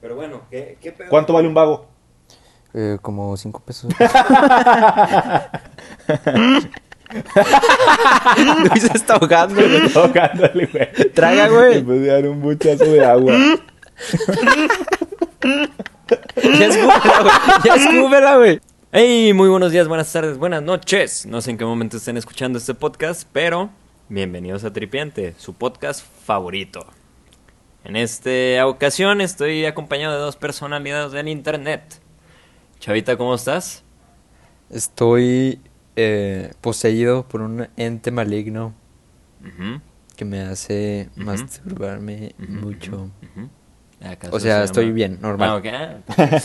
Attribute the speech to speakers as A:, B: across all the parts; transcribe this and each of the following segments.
A: Pero bueno, ¿qué, qué pedo?
B: ¿Cuánto vale un vago?
C: Eh, como 5 pesos. Luis se está ahogando, güey.
B: Tocándole, güey.
C: Traga,
B: Le
C: güey.
B: puse a dar un buchazo de agua.
C: Ya escúpela, güey. Ya escúpela, güey.
A: Hey, muy buenos días, buenas tardes, buenas noches. No sé en qué momento estén escuchando este podcast, pero bienvenidos a Tripiante, su podcast favorito. En esta ocasión estoy acompañado de dos personalidades del internet. Chavita, ¿cómo estás?
C: Estoy eh, poseído por un ente maligno
A: Ujú,
C: que me hace
A: Ujú.
C: masturbarme
A: ujú,
C: mucho.
A: ujú, ujú. ¿Acaso
C: O sea,
A: se
C: estoy
A: llama?
C: bien, normal.
A: Ah, ok, ah.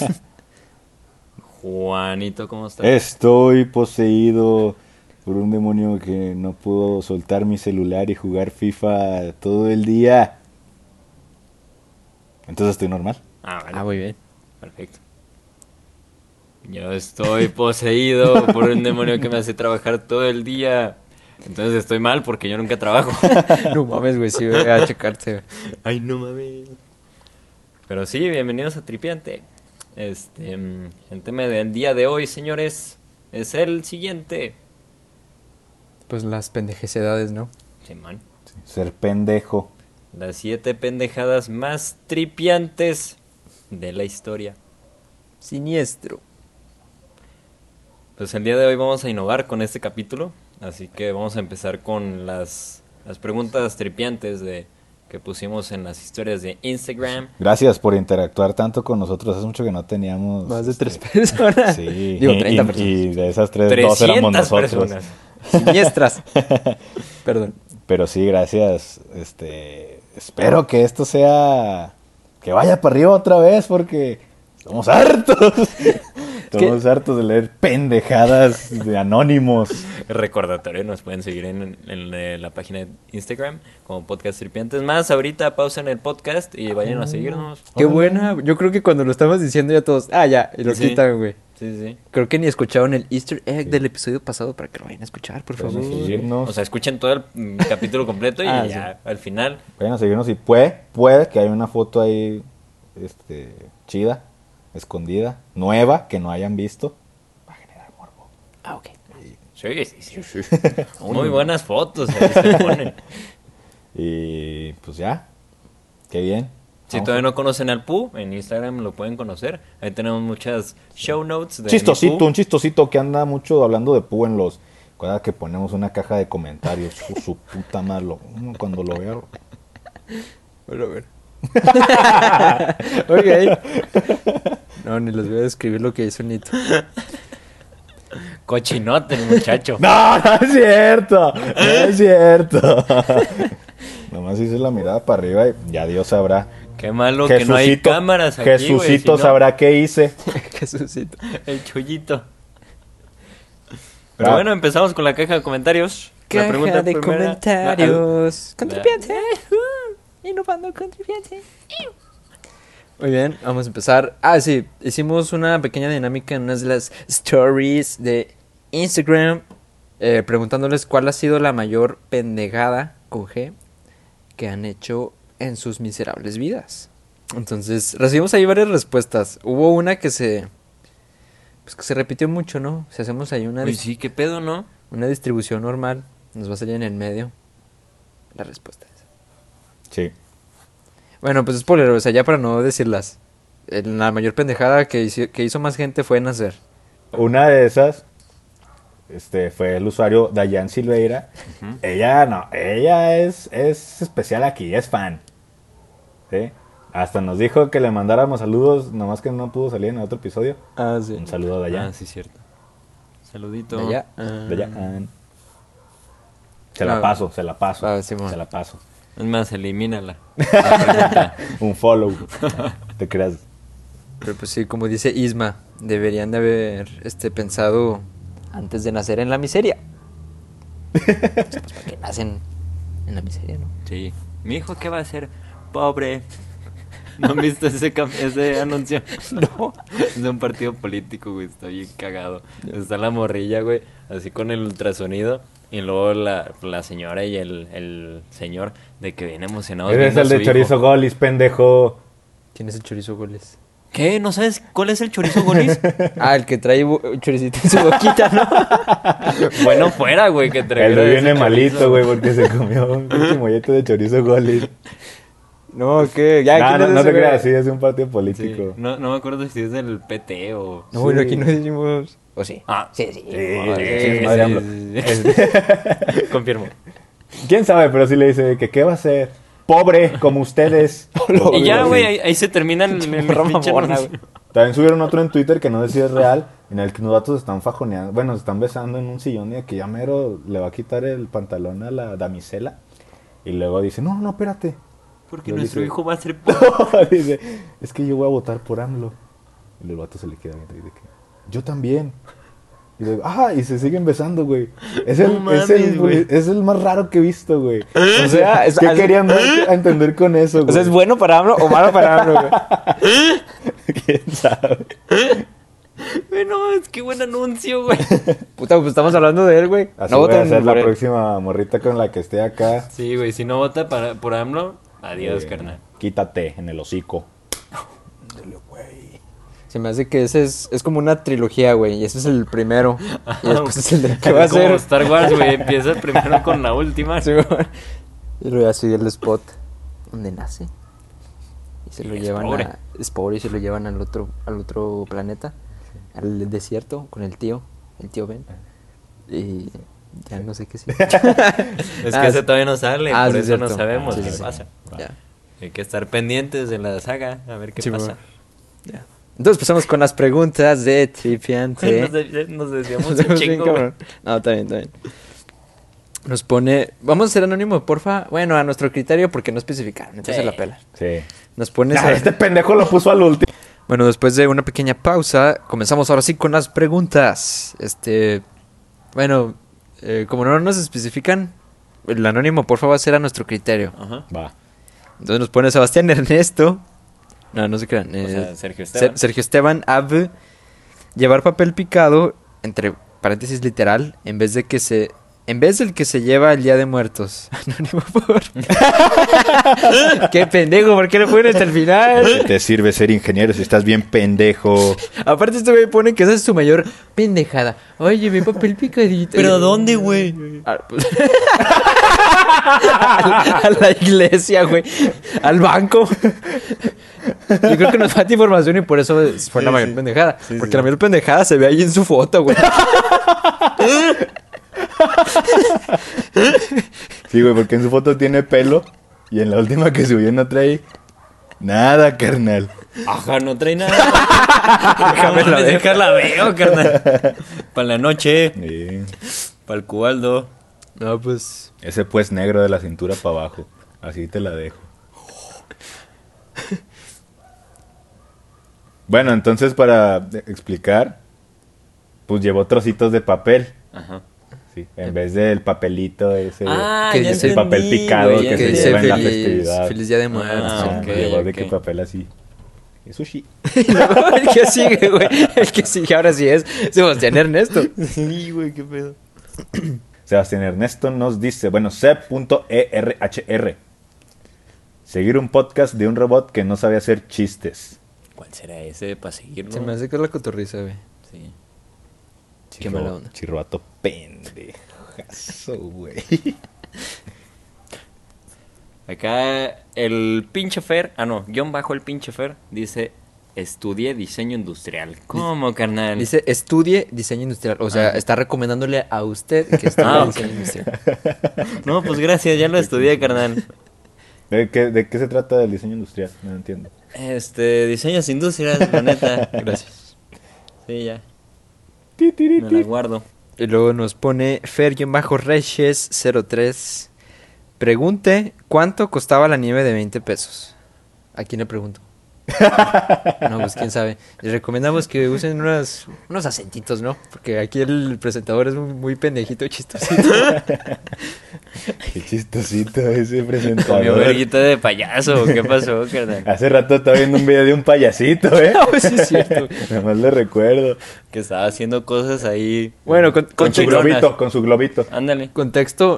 A: Juanito, ¿cómo estás?
B: Estoy poseído por un demonio que no pudo soltar mi celular y jugar FIFA todo el día. Entonces estoy normal.
A: Ah, vale.
C: Ah, muy bien.
A: Perfecto. Yo estoy poseído por un demonio que me hace trabajar todo el día. Entonces estoy mal porque yo nunca trabajo.
C: No mames, güey, sí, voy a checarte, güey.
A: Ay, no mames. Pero sí, bienvenidos a Tripiante. Este, mm, el tema del día de hoy, señores, es el siguiente.
C: Pues las pendejecedades, ¿no?
A: Simón.
B: Ser pendejo.
A: Las siete pendejadas más tripiantes de la historia.
C: Siniestro.
A: Pues el día de hoy vamos a innovar con este capítulo, así que vamos a empezar con las, las preguntas tripiantes de, que pusimos en las historias de Instagram.
B: Gracias por interactuar tanto con nosotros. Hace mucho que no teníamos.
C: Más de
B: este,
C: tres personas.
B: Sí.
C: Digo,
B: y-
C: 30
B: y-
C: personas.
B: Y de esas tres, dos
A: 300
B: éramos nosotros.
A: personas.
C: Siniestras. Perdón.
B: Pero sí, gracias. Este, espero que esto sea que vaya para arriba otra vez porque somos hartos. Somos hartos de leer pendejadas de anónimos.
A: Recordatorio, nos pueden seguir en, en, eh, la página de Instagram como Podcast Tripiantes. Más ahorita pausen el podcast y
C: Ah.
A: vayan a seguirnos.
C: Qué buena. Yo creo que cuando lo estabas diciendo ya todos. Ah, ya. Y lo
A: Sí.
C: quitan, güey.
A: Sí, sí.
C: Creo que ni escucharon el Easter egg del episodio pasado para que lo vayan a escuchar, por
B: Vayan a
C: favor.
B: seguirnos.
A: O sea, escuchen todo el mm, capítulo completo y
C: Ah,
A: ya al final.
B: Vayan a seguirnos y puede, puede que haya una foto ahí este, chida, escondida, nueva, que no hayan visto.
C: Ah, ok.
A: Sí, sí, sí. Muy buenas fotos ahí se ponen.
B: Y pues ya. Qué bien.
A: Si
B: Vamos.
A: todavía no conocen al PU, en Instagram lo pueden conocer. Ahí tenemos muchas show notes. De mi
B: chistosito,
A: Pu.
B: un chistosito que anda mucho hablando de pú en los. Cada que ponemos una caja de comentarios, su, su puta madre, lo- uno cuando lo veo.
C: Bueno, a ver. ok. No, ni les voy a describir lo que hizo Nito.
A: Cochinote el muchacho.
B: ¡No, no es cierto! ¡No es cierto! Nomás hice la mirada para arriba y ya Dios sabrá.
A: Qué malo que no hay cámaras aquí, güey, si no,
B: Jesucito sabrá qué hice.
C: Jesucito.
A: El chullito. Pero
B: Ah.
A: bueno, empezamos con la caja de comentarios. La pregunta
C: Caja de
A: primera-
C: comentarios.
A: La-
C: Contripiente. Innovando contripiente. Muy bien, vamos a empezar. Ah, sí, hicimos una pequeña dinámica en unas de las stories de Instagram eh, preguntándoles cuál ha sido la mayor pendejada con G que han hecho en sus miserables vidas. Entonces, recibimos ahí varias respuestas. Hubo una que se pues que se repitió mucho, ¿no? Si hacemos ahí una
A: Uy, sí, qué pedo, ¿no?
C: una distribución normal nos va a salir en el medio. La respuesta es.
B: Sí.
C: Bueno, pues spoiler, o sea, ya para no decirlas. El- La mayor pendejada que hizo, que hizo más gente fue nacer.
B: Una de esas este, fue el usuario Dayan Silveira. Ella no, ella es, es especial aquí, es fan. ¿Sí? Hasta nos dijo que le mandáramos saludos, nomás que no pudo salir en el otro episodio.
C: Ah,
B: Un saludo a Dayan.
A: Ah, sí, cierto. Saludito. Ah.
C: Allá.
B: Dayan. Se la
C: Ah.
B: paso, se la paso.
C: Ah, Simón.
B: se la paso.
A: Es más, elimínala.
B: Un follow. Te creas.
C: Pero pues sí, como dice Isma, deberían de haber este, pensado antes de nacer en la miseria. pues para que nacen en la miseria, ¿no?
A: Sí. Mi hijo, ¿qué va a ser? Pobre. ¿No han visto ese, cam- ese anuncio? No. Es de un partido político, güey. Está bien cagado. Está la morrilla, güey. Así con el ultrasonido. Y luego la, la señora y el, el señor de que bien emocionados.
B: Eres
A: viendo a
B: el
A: su
B: de
A: hijo.
B: Chorizo Golis, pendejo.
C: ¿Quién es el chorizo goles?
A: ¿Qué? ¿No sabes cuál es el chorizo golis?
C: Ah, el que trae bu- choricito en su boquita, ¿no?
A: bueno, pues, fuera, güey, que
B: El
A: traigo.
B: Luis viene malito, güey, porque se comió un pinche mollete de chorizo goles.
C: no, ¿qué? Ya,
B: No,
C: ¿quién
B: no,
C: es
B: no
C: ese,
B: te creas, sí,
C: güey?
B: es un partido político.
A: No, no me acuerdo si es del PT o.
C: No, bueno, aquí no decimos... ¿O sí?
A: Ah, sí, sí.
B: Sí,
A: sí,
B: sí, madre, AMLO.
A: sí, sí.
B: Este,
A: Confirmo.
B: ¿Quién sabe? Pero sí le dice que qué va a ser. Pobre, como ustedes.
A: Y ya,
B: Sí.
A: güey, ahí, ahí se termina el, el
C: Morra
A: pinche
C: mamona,
A: anuncio.
C: güey.
B: También subieron otro en Twitter que no decía es real, en el que los datos están fajoneando, bueno, se están besando en un sillón y de que ya mero le va a quitar el pantalón a la damisela. Y luego dice, no, no, espérate.
A: Porque
B: Yo
A: nuestro
B: dije-
A: hijo va a ser.
B: dice, es que yo voy a votar por AMLO. Y el vato se le queda viendo y de que, yo también. Y luego, ah, y se siguen besando, güey. Es el,
A: No
B: es, el-
A: mames, güey. ¿Eh?
B: es el más raro que he visto, güey.
C: O sea, es,
B: ¿Qué
C: es-
B: querían dar a entender con eso,
C: o
B: güey?
C: sea, ¿es bueno para AMLO o malo para AMLO, güey?
B: ¿Quién sabe?
A: Bueno, es que buen anuncio, güey.
C: Puta, pues estamos hablando de él, güey.
B: Así
C: No
B: voy a
C: voten
B: ser la
C: por él.
B: próxima morrita con la que esté acá.
A: Sí, güey, si no vota para, por AMLO, adiós,
B: Eh,
A: carnal.
B: Quítate en el hocico.
C: Se me hace que ese es, es como una trilogía, güey. Y ese es el primero. Y después Ah, es el del que
A: Es
C: va a
A: como
C: ser.
A: Star Wars, güey, empieza primero con la última.
C: Sí, güey. y luego ya sigue el spot donde nace. Y se lo
A: Y es
C: llevan
A: pobre.
C: a. Es pobre y se lo llevan al otro, al otro planeta. Al desierto con el tío. El tío Ben. Y. Ya no sé qué sigue.
A: Es
C: Ah,
A: que ese todavía no sale,
C: ah,
A: por
C: sí,
A: eso no
C: cierto.
A: sabemos
C: Sí,
A: qué
C: sí, sí.
A: pasa.
C: Ya,
A: Hay que estar pendientes de la saga, a ver qué
C: Sí,
A: pasa.
C: ya. Entonces pasamos con las preguntas de Tripiante.
A: Nos, de- nos desviamos
C: Nos
A: un
C: vemos bien,
A: chingo, güey.
C: cabrón. No, está bien, está bien. Nos pone. Vamos a ser anónimo, porfa. Bueno, a nuestro criterio, porque no especificaron. Entonces
A: Sí.
C: la pela.
B: Sí.
C: Nos pone.
B: Ah, este pendejo lo puso al último.
C: Bueno, después de una pequeña pausa, comenzamos ahora sí con las preguntas. Este. Bueno, eh, como no nos especifican, el anónimo, porfa, va a ser a nuestro criterio.
A: Ajá.
B: Va.
C: Entonces nos pone Sebastián Ernesto. No, no se crean. eh,
A: sea, Sergio
C: Se-
A: Esteban.
C: Sergio Esteban Ab. Llevar papel picado, entre paréntesis literal, en vez de que se. En vez del que se lleva el Día de Muertos. Anónimo, por favor. Qué pendejo, ¿por qué lo ponen hasta el final?
B: te sirve ser ingeniero si estás bien pendejo?
C: Aparte, este güey pone que esa es su mayor pendejada. Oye, mi papel picadito.
A: ¿Pero dónde, güey?
C: A, pues- a la- a la iglesia, güey. Al banco. Yo creo que nos falta información y por eso es- fue la mayor pendejada. porque la mayor pendejada se ve ahí en su foto, güey.
B: Sí, güey, porque en su foto tiene pelo y en la última que subió no trae nada, carnal.
A: Ajá, no trae nada. Déjame
C: la
A: la
C: veo.
A: la veo, carnal. Para la noche,
B: Sí.
A: para el cubaldo.
C: No, pues.
B: Ese pues negro de la cintura para abajo. Así te la dejo. Bueno, entonces para explicar, pues llevó trocitos de papel.
A: Ajá.
B: Sí, en vez del papelito ese.
A: Em. Ah,
C: que
A: ya
C: es el
A: entendí,
B: papel picado
A: güey, ya
B: que se
A: entendí.
B: lleva en la
C: feliz,
B: festividad.
C: feliz Día de Muertos.
A: Ah,
B: Ah,
A: ok,
B: llevó de
A: ok.
B: que papel así. Es sushi.
C: Y luego el que sigue, güey. El que sigue ahora sí es Sebastián Ernesto.
A: Sí, güey, qué pedo.
B: Sebastián Ernesto nos dice, bueno, E C.ERHR. Seguir un podcast de un robot que no sabe hacer chistes.
A: ¿Cuál será ese para seguirlo?
C: Se me hace que es la cotorriza, güey.
A: Sí.
C: Qué mala onda.
B: Chirrobato pendejazo, güey.
A: Acá el pinche Fer, ah no, guión bajo el pinche Fer, dice, estudié diseño industrial. ¿Cómo, carnal?
C: Dice, estudie diseño industrial. O sea,
A: Ah.
C: está recomendándole a usted que estudie
A: Ah, ok.
C: diseño industrial.
A: no, pues gracias, ya lo estudié, carnal.
B: ¿De qué, de qué se trata el diseño industrial? No entiendo.
A: Este, diseños industriales, la neta. Gracias. Sí, ya,
B: Ti, ti, ti,
A: me la
B: ti.
A: guardo.
C: Y luego nos pone Fer-Reyes03. Pregunte, ¿cuánto costaba la nieve de 20 pesos? ¿A quién le pregunto? No, pues quién sabe. Les recomendamos que usen unas, unos acentitos, ¿no? Porque aquí el presentador es muy, muy pendejito, chistosito.
B: Qué chistosito ese
A: Comió
B: presentador.
A: verguita de payaso, ¿qué pasó, carnal?
B: Hace rato estaba viendo un video de un payasito, ¿eh?
C: No, sí es cierto.
B: Nada más le recuerdo.
A: Que estaba haciendo cosas ahí.
C: Bueno, con,
B: Con su
A: chironas.
B: globito, con su globito.
A: Ándale.
C: contexto.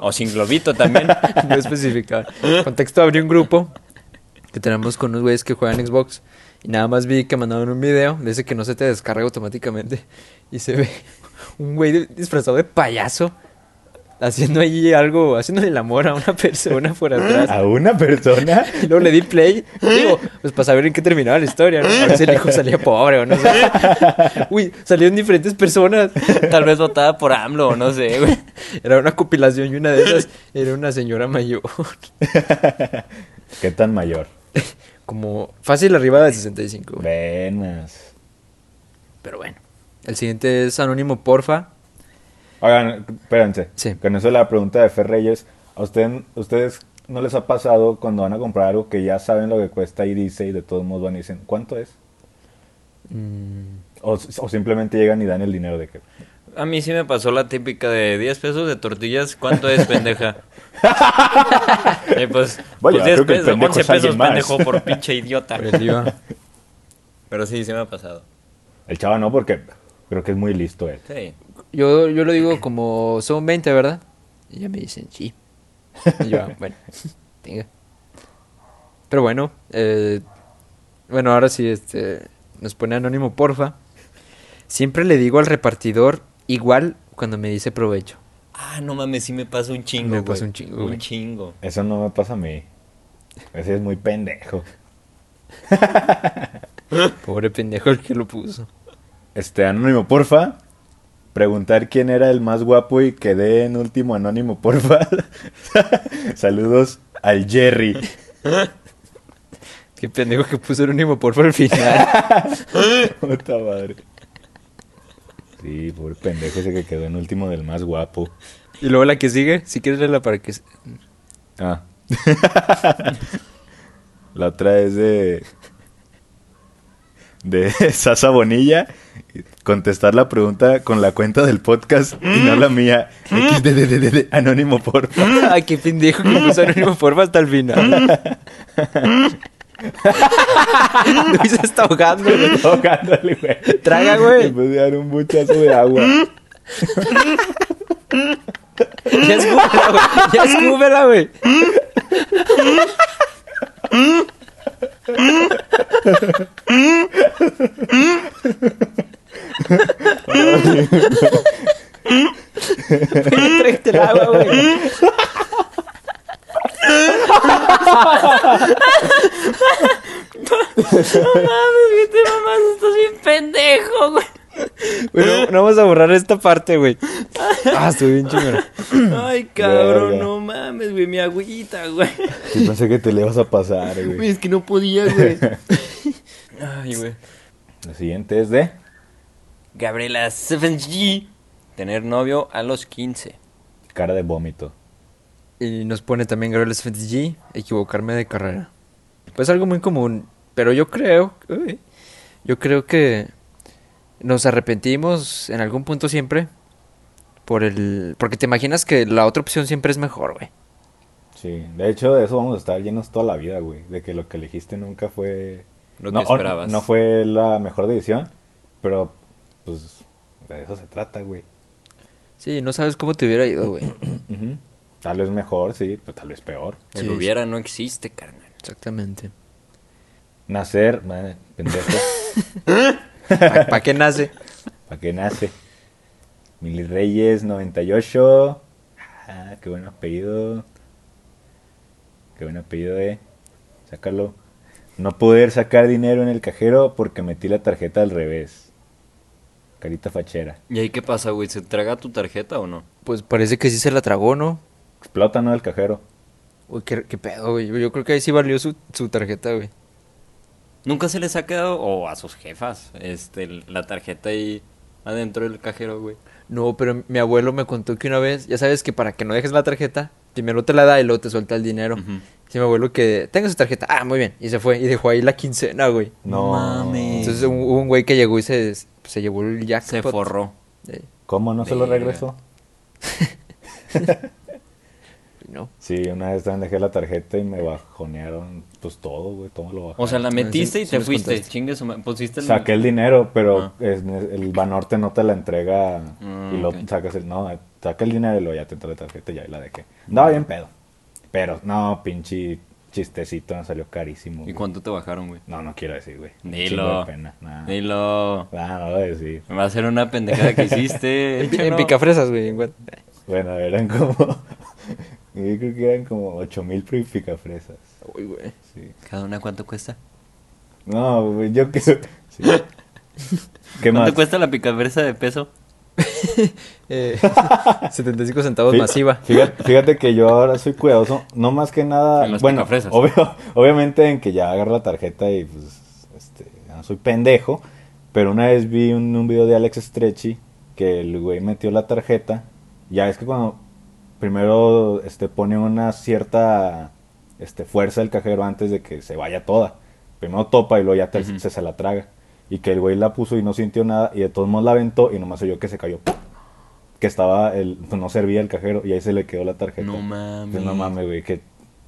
A: O sin globito también.
C: no especificaba. Contexto, abrió un grupo que tenemos con unos güeyes que juegan Xbox. Y nada más vi que mandaban un video de ese que no se te descarga automáticamente. Y se ve un güey de- disfrazado de payaso haciendo allí algo, haciéndole el amor a una persona por atrás.
B: A una persona.
C: Y luego le di play, digo, pues para saber en qué terminaba la historia. ¿no? A ver si el hijo salía pobre o no sé. Uy, salieron diferentes personas.
D: Tal vez votada por AMLO, o no sé, güey.
C: Era una compilación y una de esas era una señora mayor.
B: ¿Qué tan mayor?
C: Como fácil arriba de 65. güey.
B: Venas.
C: Pero bueno. El siguiente es Anónimo Porfa.
B: Oigan, espérense.
C: Sí.
B: Con eso la pregunta de Fer Reyes. ¿A usted, ustedes no les ha pasado cuando van a comprar algo que ya saben lo que cuesta y dice y de todos modos van y dicen, ¿cuánto es?
C: Mm.
B: O, o simplemente llegan y dan el dinero de que...
A: A mí sí me pasó la típica de 10 pesos de tortillas, ¿cuánto es, pendeja? Eh, pues,
B: Vaya,
A: pues 10
B: creo que el
A: pesos,
B: pendejo
A: 11
B: es alguien
A: pesos,
B: más.
A: pendejo, por pinche idiota.
C: Por el IVA.
A: Pero sí, sí me ha pasado.
B: El chavo no, porque creo que es muy listo él.
A: Sí.
C: Yo, yo lo digo como son 20, ¿verdad? Y ya me dicen, sí. Y yo, "Ah, bueno, venga. Pero bueno, eh, bueno, ahora sí, este, nos pone anónimo, porfa. Siempre le digo al repartidor igual cuando me dice provecho.
A: Ah, no mames, sí me pasa un chingo,
C: Me
A: güey.
C: pasa un chingo,
A: Un
C: güey.
A: chingo.
B: Eso no me pasa a mí. Ese es muy pendejo.
C: Pobre pendejo el que lo puso.
B: Este, anónimo, porfa. Preguntar quién era el más guapo y quedé en último anónimo, porfa. Saludos al Jerry.
C: Qué pendejo que puso anónimo, porfa, al final.
B: Puta madre. Sí, pobre pendejo ese que quedó en último del más guapo.
C: y luego la que sigue, si quieres la para que... se-
B: Ah. La otra es de. de Sasa Bonilla. Contestar la pregunta con la cuenta del podcast y no la mía. XDDDD, anónimo, porfa.
C: Ay, qué pendejo que puso anónimo porfa hasta el final. Luis se está ahogando, güey.
B: Ahogándole, güey.
C: Traga, güey.
B: Después de dar un buchazo de agua.
A: Mm,
C: Ya escúpela, güey. Ya escúpela, güey. Güey, Tráete el agua, güey.
D: Mames, te mamás, estás bien pendejo, güey.
C: Güey, no, no vamos a borrar esta parte, güey. Ah, estuve bien chingona.
A: Ay, cabrón,
B: Verga.
A: no mames, güey, mi agüita, güey.
B: Sí, pensé que te le ibas a pasar,
A: Güey,
B: güey.
A: es que no podía, güey. Ay, güey.
B: La siguiente es de.
A: Gabriela 7G. Tener novio a los 15.
B: Cara de vómito.
C: Y nos pone también Gabriel G, equivocarme de carrera. Pues algo muy común, pero yo creo, uy, yo creo que nos arrepentimos en algún punto siempre por el porque te imaginas que la otra opción siempre es mejor, güey.
B: Sí, de hecho de eso vamos a estar llenos toda la vida, güey. De que lo que elegiste nunca fue...
A: Lo
B: no,
A: que
B: o-
A: esperabas.
B: No fue la mejor decisión, pero pues de eso se trata, güey.
C: Sí, no sabes cómo te hubiera ido, güey.
B: Ujú. Tal vez mejor, sí, pero tal vez peor.
A: El
C: Sí,
A: hubiera no existe, carnal.
C: Exactamente.
B: Nacer, madre, pendejo,
C: ¿Para qué nace?
B: ¿para qué nace? Mili Reyes, 98. Ah, qué buen apellido. Qué buen apellido, eh. Sácalo. No poder sacar dinero en el cajero porque metí la tarjeta al revés. Carita fachera.
A: ¿Y ahí qué pasa, güey? ¿Se traga tu tarjeta o no?
C: Pues parece que sí se la tragó, ¿no?
B: Explota, ¿no? El cajero.
C: Uy, qué, qué pedo, güey. Yo creo que ahí sí valió su, su tarjeta, güey.
A: Nunca se les ha quedado, o a sus jefas, este, la tarjeta ahí adentro del cajero, güey.
C: No, pero mi abuelo me contó que una vez, ya sabes que para que no dejes la tarjeta, primero te la da y luego te suelta el dinero.
A: Ujú.
C: Dice mi abuelo que tenga su tarjeta. Ah, muy bien. Y se fue y dejó ahí la quincena, güey.
B: No.
A: mames.
C: Entonces un- hubo un güey que llegó y se, se llevó el
A: Se
C: jackpot.
A: forró.
C: Eh,
B: ¿Cómo no se lo
A: Verga.
B: regresó?
C: no.
B: Sí, una vez también dejé la tarjeta y me bajonearon pues todo, güey, todo me
A: O
B: lo
A: sea,
B: bajaron.
A: la metiste
C: Ah, sí-
A: y
C: sí
A: te
C: nos
A: fuiste.
C: contaste.
A: Chingue su ma- Pusiste el...
B: Saqué el dinero, pero
A: Ah.
B: es- el Banorte no te la entrega
A: Mm,
B: y lo
A: ok.
B: sacas el... No, saca el dinero y luego ya te entra la tarjeta y ahí la dejé. No, bien pedo. Pero, no, pinche chistecito, me salió carísimo.
A: ¿Y
B: güey.
A: cuánto te bajaron, güey?
B: No, no quiero decir, güey. Un chingo
A: Dilo.
B: de pena. Nah.
A: Dilo.
B: Nah, no voy a decir.
A: Me va a hacer una pendejada que hiciste.
C: En, pi- en
A: échalo.
C: picafresas, güey. en Guad-
B: Bueno, eran como. yo creo que eran como 8000 pri- picafresas.
C: Uy, güey.
B: Sí.
A: ¿Cada una cuánto cuesta?
B: No, güey, yo creo. Sí. ¿Qué
A: ¿Cuánto
B: más?
A: cuesta la picaversa de peso?
C: Eh, 75 centavos
B: Fí-
C: masiva.
B: Fíjate, fíjate que yo ahora soy cuidadoso, no más que nada.
A: En las
B: bueno,
A: picafresas.
B: obvio- obviamente en que ya agarro la tarjeta y pues, este, ya no soy pendejo. Pero una vez vi un, un video de Alex Stretchy que el güey metió la tarjeta. Ya es que cuando primero este, pone una cierta este, fuerza el cajero antes de que se vaya toda. Primero topa y luego ya te-
A: Ujú.
B: se, se la traga. Y que el güey la puso y no sintió nada y de todos modos la aventó y nomás oyó que se cayó. ¡pum! que estaba el pues, no servía el cajero y ahí se le quedó la tarjeta.
A: No mames.
B: Pues, no mames, güey, qué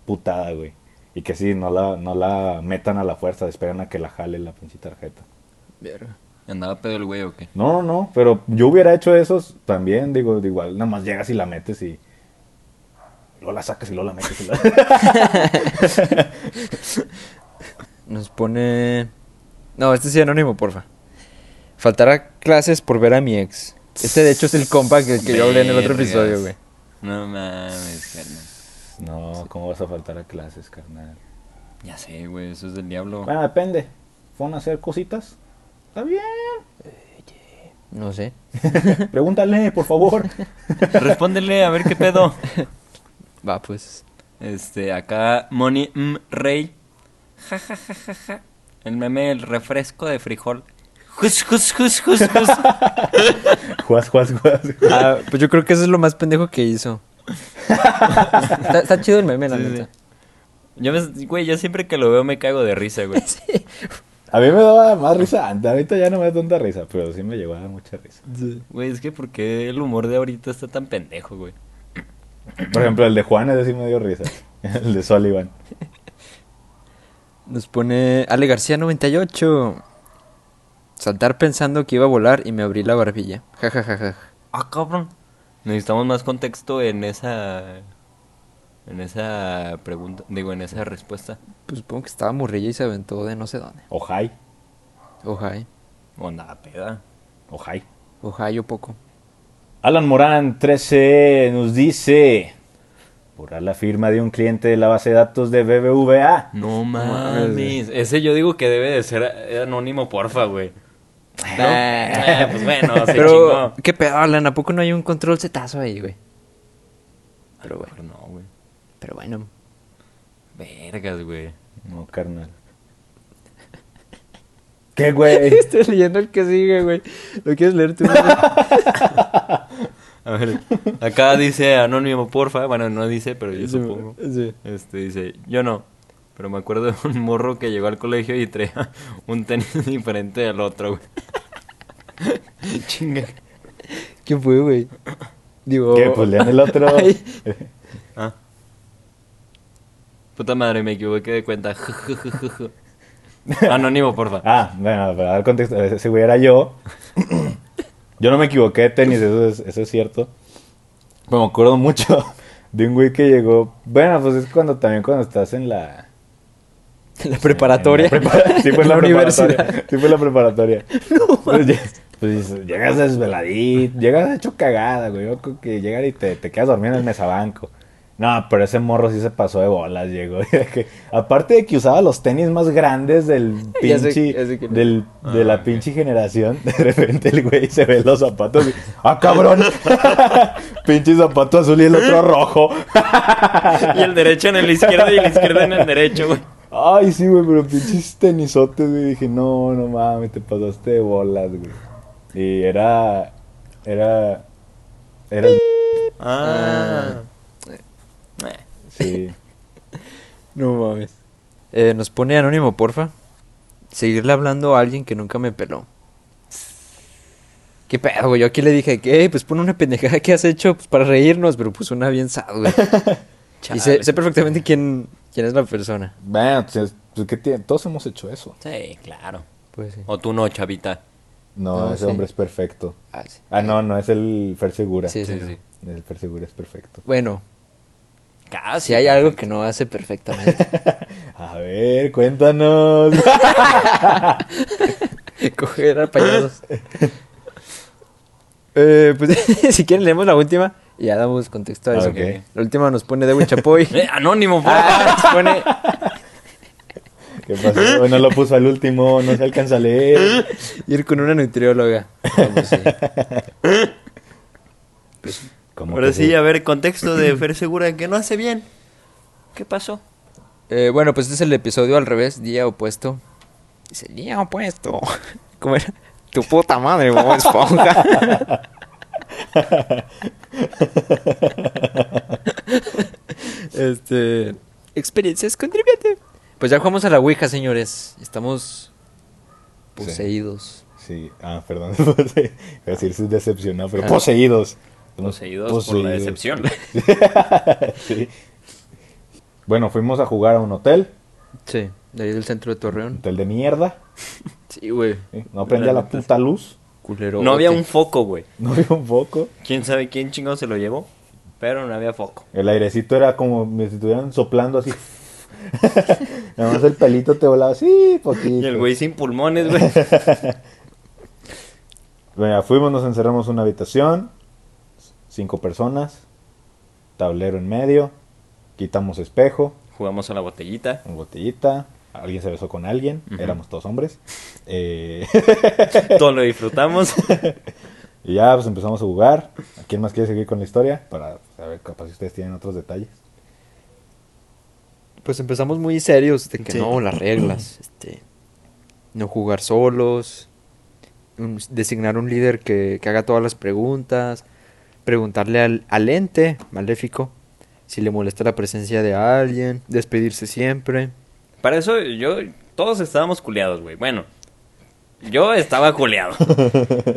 B: putada, güey. Y que sí, no la, no la metan a la fuerza, esperan a que la jale la pinche tarjeta.
C: Verga.
A: ¿Andaba pedo el güey o qué?
B: No, no, pero yo hubiera hecho eso también, digo, de igual, nada más llegas y la metes y luego la sacas y luego la metes. y la-
C: Nos pone. No, este sí anónimo, porfa. Faltar a clases por ver a mi ex. Este, de hecho, es el compa que, que yo hablé en el otro
A: Vergas.
C: episodio, güey.
A: No mames, carnal.
B: No, ¿cómo vas a faltar a clases, carnal?
A: Ya sé, güey, eso es del diablo.
B: Bueno, depende. ¿Fueron a hacer cositas? Está bien.
C: No sé.
B: Pregúntale, por favor.
A: Respóndele, a ver qué pedo.
C: Va, pues.
A: Este, acá, Moni M. Rey. Ja, ja, ja, ja, ja. El meme del refresco de frijol. Jus, jus, jus, jus, jus.
B: Juas, juas, juas.
C: Ah, pues yo creo que eso es lo más pendejo que hizo. está, está chido el meme, la
A: Sí, sí.
C: neta.
A: Yo, me- güey, yo siempre que lo veo me cago de risa, güey.
B: A mí me daba más risa antes, ahorita ya no me da tanta risa, pero sí me llegó a dar mucha risa.
A: Güey, es que porque el humor de ahorita está tan pendejo, güey.
B: Por ejemplo, el de Juan, ese sí me dio risa. El de Sullivan.
C: Nos pone Ale García 98. Saltar pensando que iba a volar y me abrí la barbilla. Ja, ja, ja, ja.
A: Ah, cabrón. Necesitamos más contexto en esa. En esa pregunta. Digo, en esa respuesta.
C: Pues supongo que estaba morrilla y se aventó de no sé dónde. ¿eh?
B: Ojai.
C: Ojai.
A: O nada, peda.
B: Ojai.
C: Ojai o poco.
B: Alan Morán 13 nos dice: Borrar la firma de un cliente de la base de datos de BBVA.
A: No
C: mames.
A: mames. Ese yo digo que debe de ser a- anónimo, porfa, güey. ¿No?
C: Ah.
A: Ah, pues bueno, se
C: Pero,
A: chingó.
C: ¿qué pedo, Alan? ¿A poco no hay un control zetazo ahí, güey? Pero bueno,
A: Pero no, güey.
C: pero bueno.
A: Vergas, güey.
B: No, carnal. ¿Qué, güey?
C: Estoy leyendo el que sigue, güey. ¿Lo quieres leer tú? güey?
A: A ver, acá dice anónimo, porfa. Bueno, no dice, pero yo
C: Sí,
A: supongo.
C: sí.
A: Este dice, yo no. Pero me acuerdo de un morro que llegó al colegio y traía un tenis diferente del otro, güey. Chinga.
C: ¿Quién fue, güey? Digo...
B: ¿Qué? Pues lean el otro.
C: Ay.
A: Ah. Puta madre, me equivoqué de cuenta. Anónimo, porfa.
B: Ah, bueno, para dar contexto, ese güey era yo. Yo no me equivoqué de tenis, eso es, eso es cierto. Pero me acuerdo mucho de un güey que llegó. Bueno, pues es cuando también cuando estás en la.
C: En la preparatoria.
B: en la prepara- sí, fue en la,
C: universidad.
B: preparatoria. Sí, fue en la preparatoria. pues, lle- pues, llegas desveladito, llegas hecho cagada, güey. Yo creo que llegar y te, te quedas dormido en el mesabanco. No, pero ese morro sí se pasó de bolas, llegó. de que- aparte de que usaba los tenis más grandes del
C: Ya sé-
B: pinche.
C: ya sé quién es. Ah,
B: del, de la pinche generación, de repente el güey se ve los zapatos y. ¡Ah, cabrón! pinche zapato azul y el otro rojo.
A: Y el derecho en el izquierdo y el izquierdo en el derecho, güey.
B: Ay, sí, güey, pero pinches tenisotes, güey. Dije, no, no mames, te pasaste de bolas, güey. Y era. Era. Era el.
A: Ah. Eh.
B: Sí.
C: No mames. Eh, nos pone anónimo, porfa. Seguirle hablando a alguien que nunca me peló. ¿Qué pedo, güey? Yo aquí le dije que, "Ey, pues pon una pendejada que has hecho pues, para reírnos, pero puso una bien sad, güey. y sé,
A: Chale.
C: sé perfectamente quién, quién es la persona.
B: Bueno, pues, es- pues, ¿qué tiene? Todos hemos hecho eso.
A: Sí, claro.
C: Pues sí.
A: O tú no, chavita.
B: No, ese
C: No, Ah, sí.
B: hombre es perfecto.
C: Ah, sí.
B: Ah, no, no, es el Fer Segura.
C: Sí, sí,
A: sí.
B: El Fer Segura es perfecto.
C: Bueno,
A: Casi.
C: Si hay algo que no hace perfectamente.
B: A ver, cuéntanos.
C: Coger a payasos. Eh, pues si quieren leemos la última y ya damos contexto a eso.
B: Ok.
C: La última nos pone Dewey Chapoy.
A: Eh, anónimo, por favor.
C: Ah, nos pone
B: ¿Qué pasó? No lo puso al último, no se alcanza a leer.
C: ir con una nutrióloga. Vamos, sí.
B: ¿Cómo
A: Ahora
B: que
A: sí, a ver, contexto de Fer Segura que no hace bien. ¿Qué pasó?
C: Eh, bueno, pues este es el episodio al revés, día opuesto. Dice, día opuesto. ¿Cómo era? Tu puta madre, Bob Esponja. este. Experiencias con Triviate. Pues ya jugamos a la Ouija, señores. Estamos poseídos.
B: Sí, ah, perdón. Iba a decir sus decepcionados, pero poseídos. Somos
A: Poseídos, por la
B: poseídos.
A: decepción.
B: Sí. Bueno, fuimos a jugar a un hotel,
C: Sí, de ahí del centro de
B: un
C: Torreón.
B: hotel de mierda.
C: Sí, güey.
B: ¿sí? No prendía la puta luz,
C: Culero.
A: No había un foco, güey.
B: no había un foco.
A: ¿Quién sabe quién chingado se lo llevó? Pero no había foco.
B: El airecito era como si estuvieran soplando así. Nada más el pelito te volaba así, poquito.
A: Y el güey sin pulmones, güey.
B: Bueno, fuimos, nos encerramos en una habitación, cinco personas, tablero en medio, quitamos espejo,
A: Jugamos a la botellita.
B: una botellita, alguien se besó con alguien, éramos todos hombres. Eh,
A: Todo lo disfrutamos.
B: y ya pues empezamos a jugar. ¿A quién más quiere seguir con la historia? Para saber, capaz si ustedes tienen otros detalles.
C: Pues empezamos muy serios de que
A: Sí.
C: no, las reglas, este, no jugar solos, un- designar un líder que, que haga todas las preguntas, preguntarle al, al ente maléfico si le molesta la presencia de alguien, despedirse siempre.
A: Para eso yo, todos estábamos culeados, güey. Bueno, yo estaba culeado.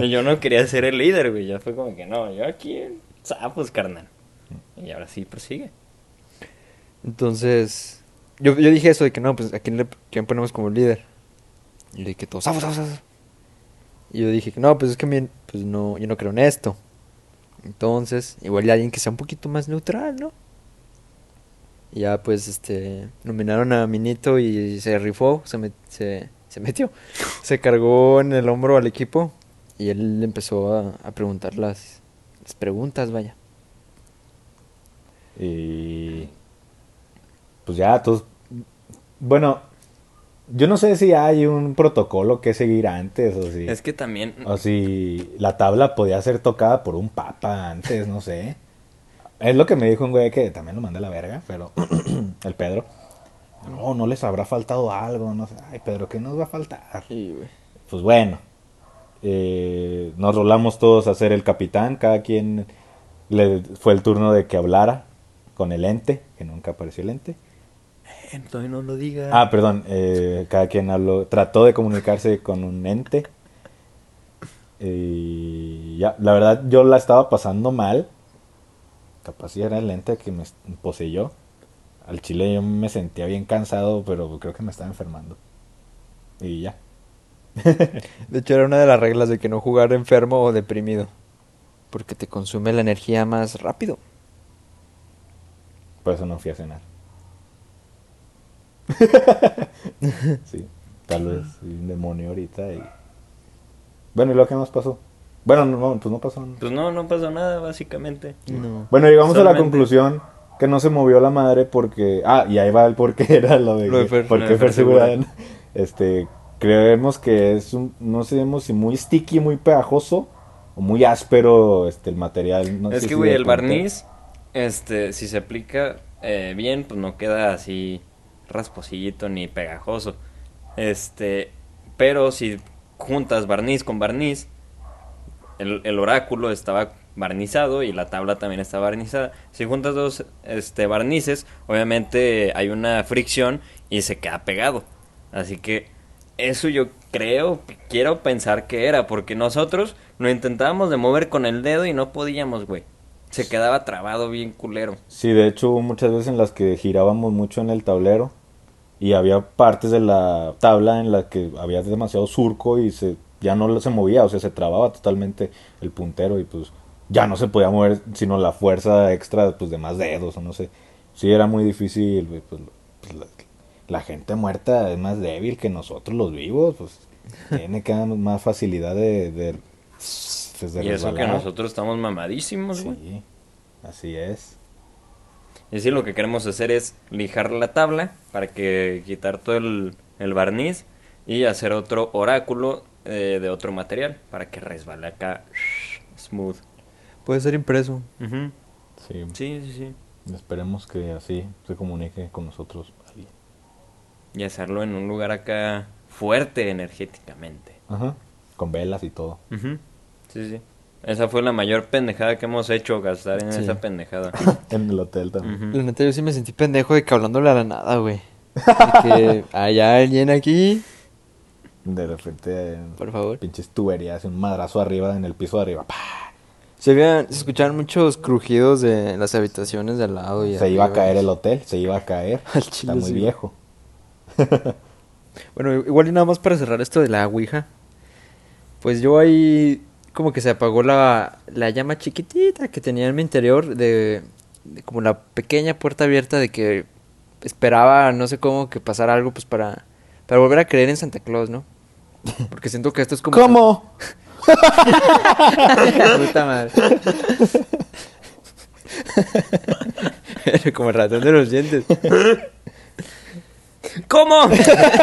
A: yo no quería ser el líder, güey. Ya fue como que no, yo aquí, sapos, carnal. Y ahora sí, pues, prosigue.
C: Entonces, yo, yo dije eso de que no, pues a quién, le, quién ponemos como líder. Y de que todos, "Zafo, zafo, zafo". Y yo dije, no, pues es que a mí, pues no, yo no creo en esto. Entonces, igual hay alguien que sea un poquito más neutral, ¿no? Y ya, pues, este, nominaron a Minito y se rifó, se, met- se, se metió. Se cargó en el hombro al equipo y él empezó a, a preguntar las, las preguntas, vaya.
B: Y pues ya, todos... Bueno, yo no sé si hay un protocolo que seguir antes o si...
A: Es que también,
B: O si la tabla podía ser tocada por un papa antes, no sé. Es lo que me dijo un güey que también lo mandé a la verga, pero el Pedro. No, no les habrá faltado algo, no sé. Ay, Pedro, ¿qué nos va a faltar? Pues bueno, eh, nos rolamos todos a ser el capitán, cada quien le fue el turno de que hablara con el ente, que nunca apareció el ente.
A: entonces no lo digas.
B: Ah, perdón. eh, cada quien habló, trató de comunicarse con un ente. Y ya, la verdad, yo la estaba pasando mal. Capaz si era el ente que me poseyó. Al chile yo me sentía bien cansado, pero creo que me estaba enfermando. Y ya.
C: De hecho, era una de las reglas de que no jugar enfermo o deprimido. Porque te consume la energía más rápido.
B: Por eso no fui a cenar. sí, tal vez soy un demonio ahorita. Y... Bueno, ¿y lo que más pasó? Bueno, no, pues no pasó nada.
A: Pues no, no pasó nada, básicamente.
C: No.
B: Bueno, llegamos a la
A: Solamente.
B: conclusión que no se movió la madre porque. Ah, y ahí va el por qué era lo de.
C: Lo de Fer-
B: por
A: lo
B: qué
A: de Fer
B: Fer Segura, Este. Creemos que es un. No sabemos si muy sticky, muy pegajoso. O muy áspero este, el material. No
A: es
B: sé
A: que,
B: si
A: güey,
B: de
A: el
B: punta.
A: barniz, este, si se aplica eh, bien, pues no queda así rasposillito ni pegajoso. Este, pero si juntas barniz con barniz, el, el oráculo estaba barnizado y la tabla también está barnizada. Si juntas dos este, barnices, obviamente hay una fricción y se queda pegado. Así que eso yo creo, quiero pensar que era, porque nosotros lo intentábamos de mover con el dedo y no podíamos, güey. Se quedaba trabado bien culero.
B: Sí, de hecho, hubo muchas veces en las que girábamos mucho en el tablero. Y había partes de la tabla en las que había demasiado surco y se, ya no lo- se movía, o sea, se trababa totalmente el puntero y pues ya no se podía mover sino la fuerza extra pues de más dedos o no sé. sí era muy difícil, güey, pues, lo- pues, la, la gente muerta es más débil que nosotros los vivos, pues tiene cada vez más facilidad de, de, pues, de
A: Y eso que
B: resbalar.
A: nosotros estamos mamadísimos, güey.
B: Sí, así es.
A: Y sí, lo que queremos hacer es lijar la tabla para que quitar todo el, el barniz y hacer otro oráculo eh, de otro material para que resbale acá smooth.
C: Puede ser impreso.
A: Ujú.
B: Sí.
A: Sí, sí, sí.
B: Esperemos que así se comunique con nosotros alguien.
A: Y hacerlo en un lugar acá fuerte energéticamente.
B: Ajá. Con velas y todo.
A: Ujú. Sí, sí. Esa fue la mayor pendejada que hemos hecho, gastar en
C: Sí.
A: esa pendejada.
B: En el hotel también.
A: Ujú.
C: La neta, yo sí me sentí pendejo de que hablándole a la nada, güey. De que hay alguien aquí,
B: De repente, eh,
C: por favor.
B: pinches tuberías, un madrazo arriba, en el piso de arriba. ¡pah!
C: Se, habían, se escuchaban muchos crujidos de las habitaciones de al lado. Y
B: Se iba a
C: arriba.
B: caer el hotel, se iba a caer.
C: Al chile
B: Está muy
C: sí.
B: viejo.
C: Bueno, igual y nada más para cerrar esto de la Ouija. Pues yo ahí como que se apagó la, la llama chiquitita que tenía en mi interior de, de como la pequeña puerta abierta de que esperaba no sé cómo que pasara algo pues para, para volver a creer en Santa Claus, ¿no? Porque siento que esto es como...
B: ¿Cómo?
C: Puta madre. Era como el ratón de los dientes.
A: ¿Cómo?
C: Usted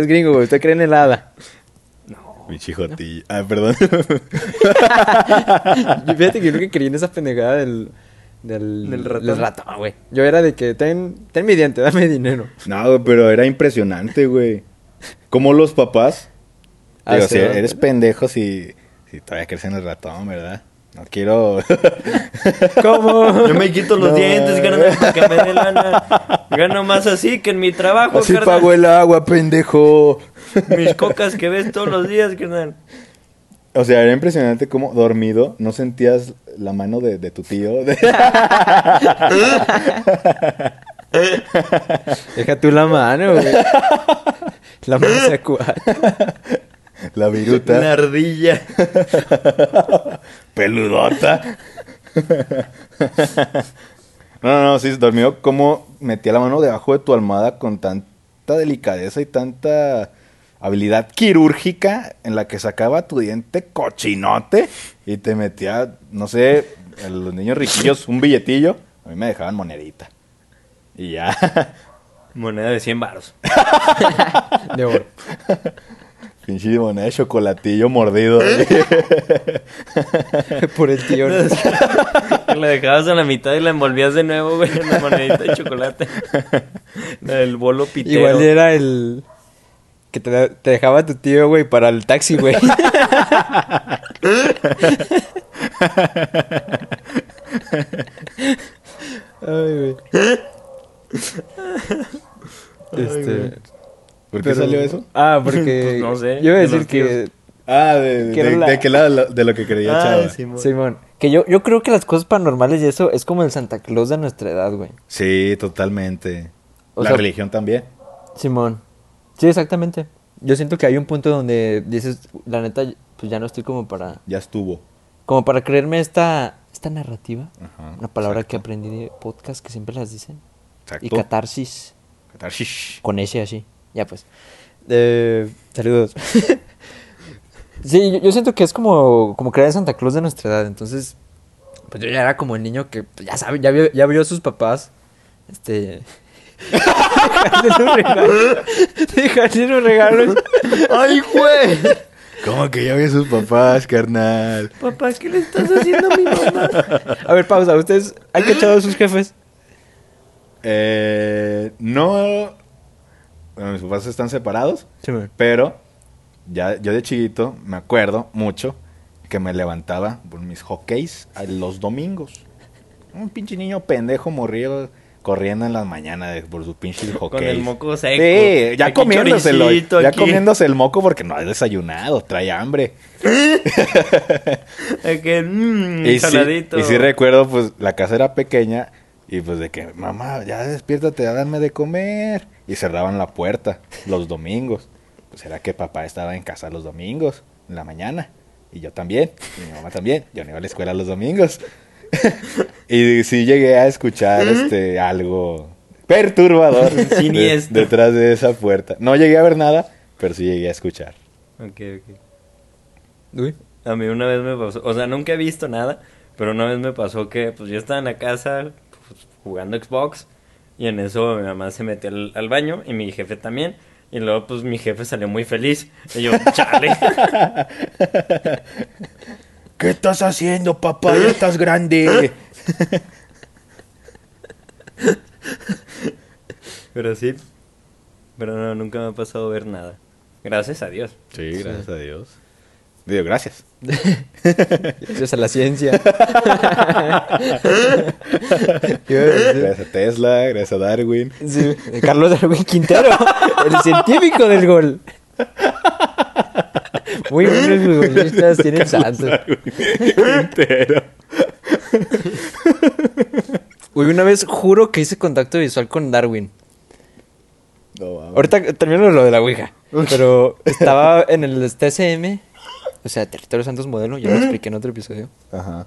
C: es gringo, güey. Usted cree en el hada.
B: Mi chijotilla. Ah, perdón.
C: Y fíjate que yo nunca creí en esa pendejada del... Del,
A: Del ratón.
C: güey. Yo era de que ten, ten mi diente, dame dinero.
B: no, güey, pero era impresionante, güey. Como los papás.
C: Ah,
B: digo,
C: sí,
B: si
C: ¿verdad?
B: eres pendejo si, si todavía crecen el ratón, ¿verdad? No quiero.
C: ¿Cómo?
A: Yo me quito los
B: No,
A: dientes,
B: güey.
A: carnal, para que me dé lana. Gano más así que en mi trabajo,
B: Así
A: carnal.
B: pago el agua, pendejo.
A: Mis cocas que ves todos los días, carnal.
B: O sea, era impresionante cómo dormido no sentías la mano de, de tu tío.
C: Deja tú la mano, güey. La mano se acuada.
B: la viruta.
A: Una ardilla.
B: Peludota. no, no, no, sí, dormido como metía la mano debajo de tu almohada con tanta delicadeza y tanta habilidad quirúrgica en la que sacaba tu diente cochinote y te metía, no sé, a los niños riquillos un billetillo. A mí me dejaban monedita. Y ya,
A: Moneda de 100 baros.
C: De oro.
B: pinche moneda de chocolatillo mordido.
C: Por el tío. ¿no?
A: Que la dejabas a la mitad y la envolvías de nuevo, güey, en la monedita de chocolate. La del bolo pitero.
C: Igual era el... Que te, da- te dejaba tu tío, güey, para el taxi, güey. Ay, güey. Este...
B: ¿Por qué
C: pero-
B: salió eso?
C: Ah, porque...
A: Pues no sé,
C: Yo iba a
A: de
C: decir
A: los tíos.
C: que...
B: Ah, de,
C: Que era
B: de-
C: la-
B: de que la- la- de lo que creía
A: Ay,
B: Chava.
A: Simón.
C: Simón, que yo, yo creo que las cosas paranormales y eso es como el Santa Claus de nuestra edad, güey.
B: Sí, totalmente.
C: O
B: la
C: sea-
B: religión también.
C: Simón. Sí, exactamente. Yo siento que hay un punto donde dices, la neta, pues ya no estoy como para...
B: Ya estuvo.
C: Como para creerme esta, esta narrativa.
B: Ajá,
C: una palabra que aprendí de podcast que siempre las dicen.
B: Exacto.
C: Y catarsis.
B: Catarsis.
C: Con ese así. Ya pues. Eh, saludos. sí, yo, yo siento que es como, como creer en Santa Claus de nuestra edad. Entonces, pues yo ya era como el niño que pues, ya sabe, ya vio, ya vio a sus papás. Este. dejarle los regalos. Dejarle los regalos.
B: ¡Ay, güey! ¿Cómo que ya vi a sus papás, carnal?
D: Papá, ¿qué le estás haciendo a mi mamá?
C: A ver, pausa. ¿Ustedes han cachado a sus jefes?
B: Eh, no. Bueno, mis papás están separados,
C: Sí, man.
B: pero ya, yo de chiquito me acuerdo mucho que me levantaba por mis hockeys a los domingos. Un pinche niño pendejo morrido corriendo en las mañanas de- por sus pinches hockeys.
A: Con el moco seco.
B: Sí, ya
A: Aquí
B: comiéndoselo.
A: choricito,
B: Ya
A: aquí-
B: comiéndose el moco porque no ha desayunado, trae hambre.
A: Aquí, mmm,
B: Y sí,
A: saladito.
B: y sí recuerdo, pues, la casa era pequeña y pues de que, mamá, ya despiértate, ya dame de comer. Y cerraban la puerta los domingos. Pues era que papá estaba en casa los domingos, en la mañana. Y yo también, y mi mamá también. Yo no iba a la escuela los domingos. Y sí llegué a escuchar este algo perturbador de-
A: Siniestro.
B: detrás de esa puerta. No llegué a ver nada, pero sí llegué a escuchar.
A: Ok, ok.
C: Uy.
A: A mí una vez me pasó, o sea, nunca he visto nada, pero una vez me pasó que pues yo estaba en la casa pues, jugando Xbox y en eso mi mamá se metió al, al baño y mi jefe también. Y luego pues mi jefe salió muy feliz. Y yo, chale.
B: ¿Qué estás haciendo, papá? Ya estás grande.
A: pero sí. Pero no, nunca me ha pasado ver nada. Gracias a Dios.
B: Sí, gracias a Dios. Digo, gracias.
C: Gracias a la ciencia. Iba a decir-
B: Gracias a Tesla, gracias a Darwin.
C: Sí, Carlos Darwin Quintero, el científico del gol. Muy buenos futbolistas tienen Santos.
B: Entero.
C: Uy, una vez juro que hice contacto visual con Darwin.
B: No, mames.
C: Ahorita termino lo de la Ouija. Pero estaba en el TSM, o sea, Territorio Santos Modelo, ya lo expliqué en otro episodio.
B: Ajá.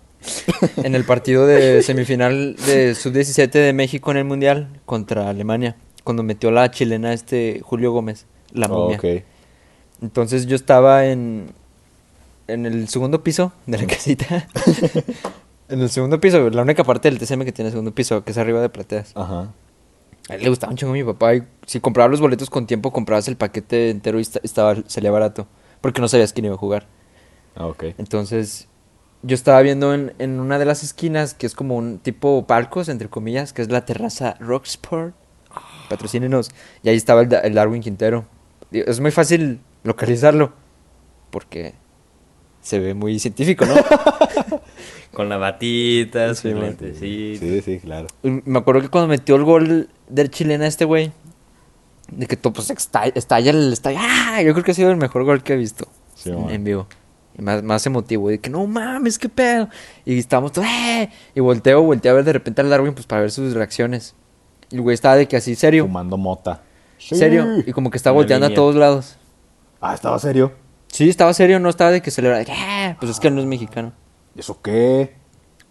C: En el partido de semifinal de Sub-17 de México en el Mundial contra Alemania, cuando metió la chilena este Julio Gómez, la
B: Oh,
C: momia.
B: ok.
C: Entonces yo estaba en, en el segundo piso de la casita. en el segundo piso, la única parte del TCM que tiene segundo piso, que es arriba de plateas.
B: Ajá.
C: A él le gustaba un chingo a mi papá y si comprabas los boletos con tiempo, comprabas el paquete entero y esta- estaba, salía barato. Porque no sabías quién iba a jugar.
B: Ah, ok.
C: Entonces yo estaba viendo en, en una de las esquinas, que es como un tipo palcos, entre comillas, que es la terraza Rocksport. Patrocínenos. Y ahí estaba el, Da- el Darwin Quintero. Y Es muy fácil localizarlo. Porque se ve muy científico, ¿no?
A: Con la batita, su
C: Sí, man.
A: lentecito.
B: Sí, sí, claro.
C: Y Me acuerdo que cuando metió el gol del chilena este güey, de que todo pues exta- estalla el estadio. ¡Ah! Yo creo que ha sido el mejor gol que he visto
B: Sí,
C: en,
B: man.
C: en vivo. Y más, más emotivo. De que no mames, qué pedo. Y estábamos todos, ¡eh! Y volteo, volteo a ver de repente al Darwin, pues para ver sus reacciones. Y el güey estaba de que así, serio.
B: Fumando mota.
C: Serio.
B: Sí.
C: Y como que estaba
A: Una
C: volteando
A: línea.
C: a todos lados.
B: Ah, estaba serio.
C: Sí, estaba serio, no estaba de que celebraba. de que, ¡ah! Pues es que él no es mexicano.
B: ¿Y ¿Eso qué?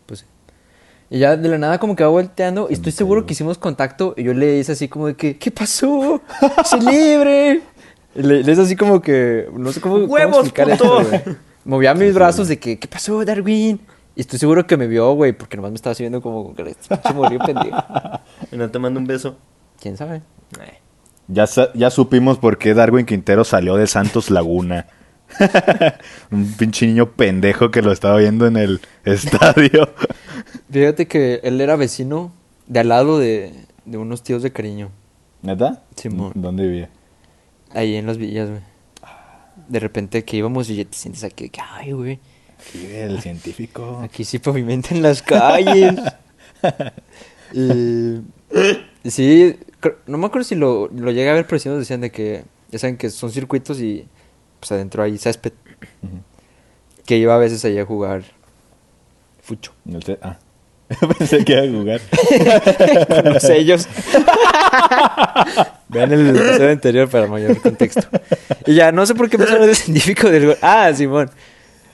C: Pues sí. Y ya de la nada como que va volteando y estoy seguro que hicimos contacto y yo le hice así como de que, ¿qué pasó? ¡Se libre! Y Le, le hice así como que, no sé cómo, cómo
A: ¡Huevos,
C: explicar
A: puto!
C: esto, güey. Movía mis brazos de que, ¿qué pasó, Darwin? Y estoy seguro que me vio, güey, porque nomás me estaba viendo como con cara de, "Este pinche morrillo pendejo.
A: Y no te mando un beso.
C: ¿Quién sabe?
A: Ay,
B: Ya, sa- ya supimos por qué Darwin Quintero salió de Santos Laguna. Un pinche niño pendejo que lo estaba viendo en el estadio.
C: Fíjate que él era vecino de al lado de, de unos tíos de cariño,
B: ¿Neta?
C: Simón.
B: ¿Dónde vivía?
C: ahí en las villas, güey. De repente que íbamos y ya te sientes aquí, de que, ay, güey.
B: Vive el científico.
C: Aquí sí pavimentan las calles. y, y sí, cr- no me acuerdo si lo, lo llegué a ver, pero sí nos decían de que, ya saben que son circuitos y pues adentro hay césped. Que iba a veces allá a jugar fucho.
B: No sé- ah. Pensé que iba a jugar.
C: Con los sellos. Vean el episodio anterior para mayor contexto. Y ya, no sé por qué me suena de científico del gol. Ah, Simón.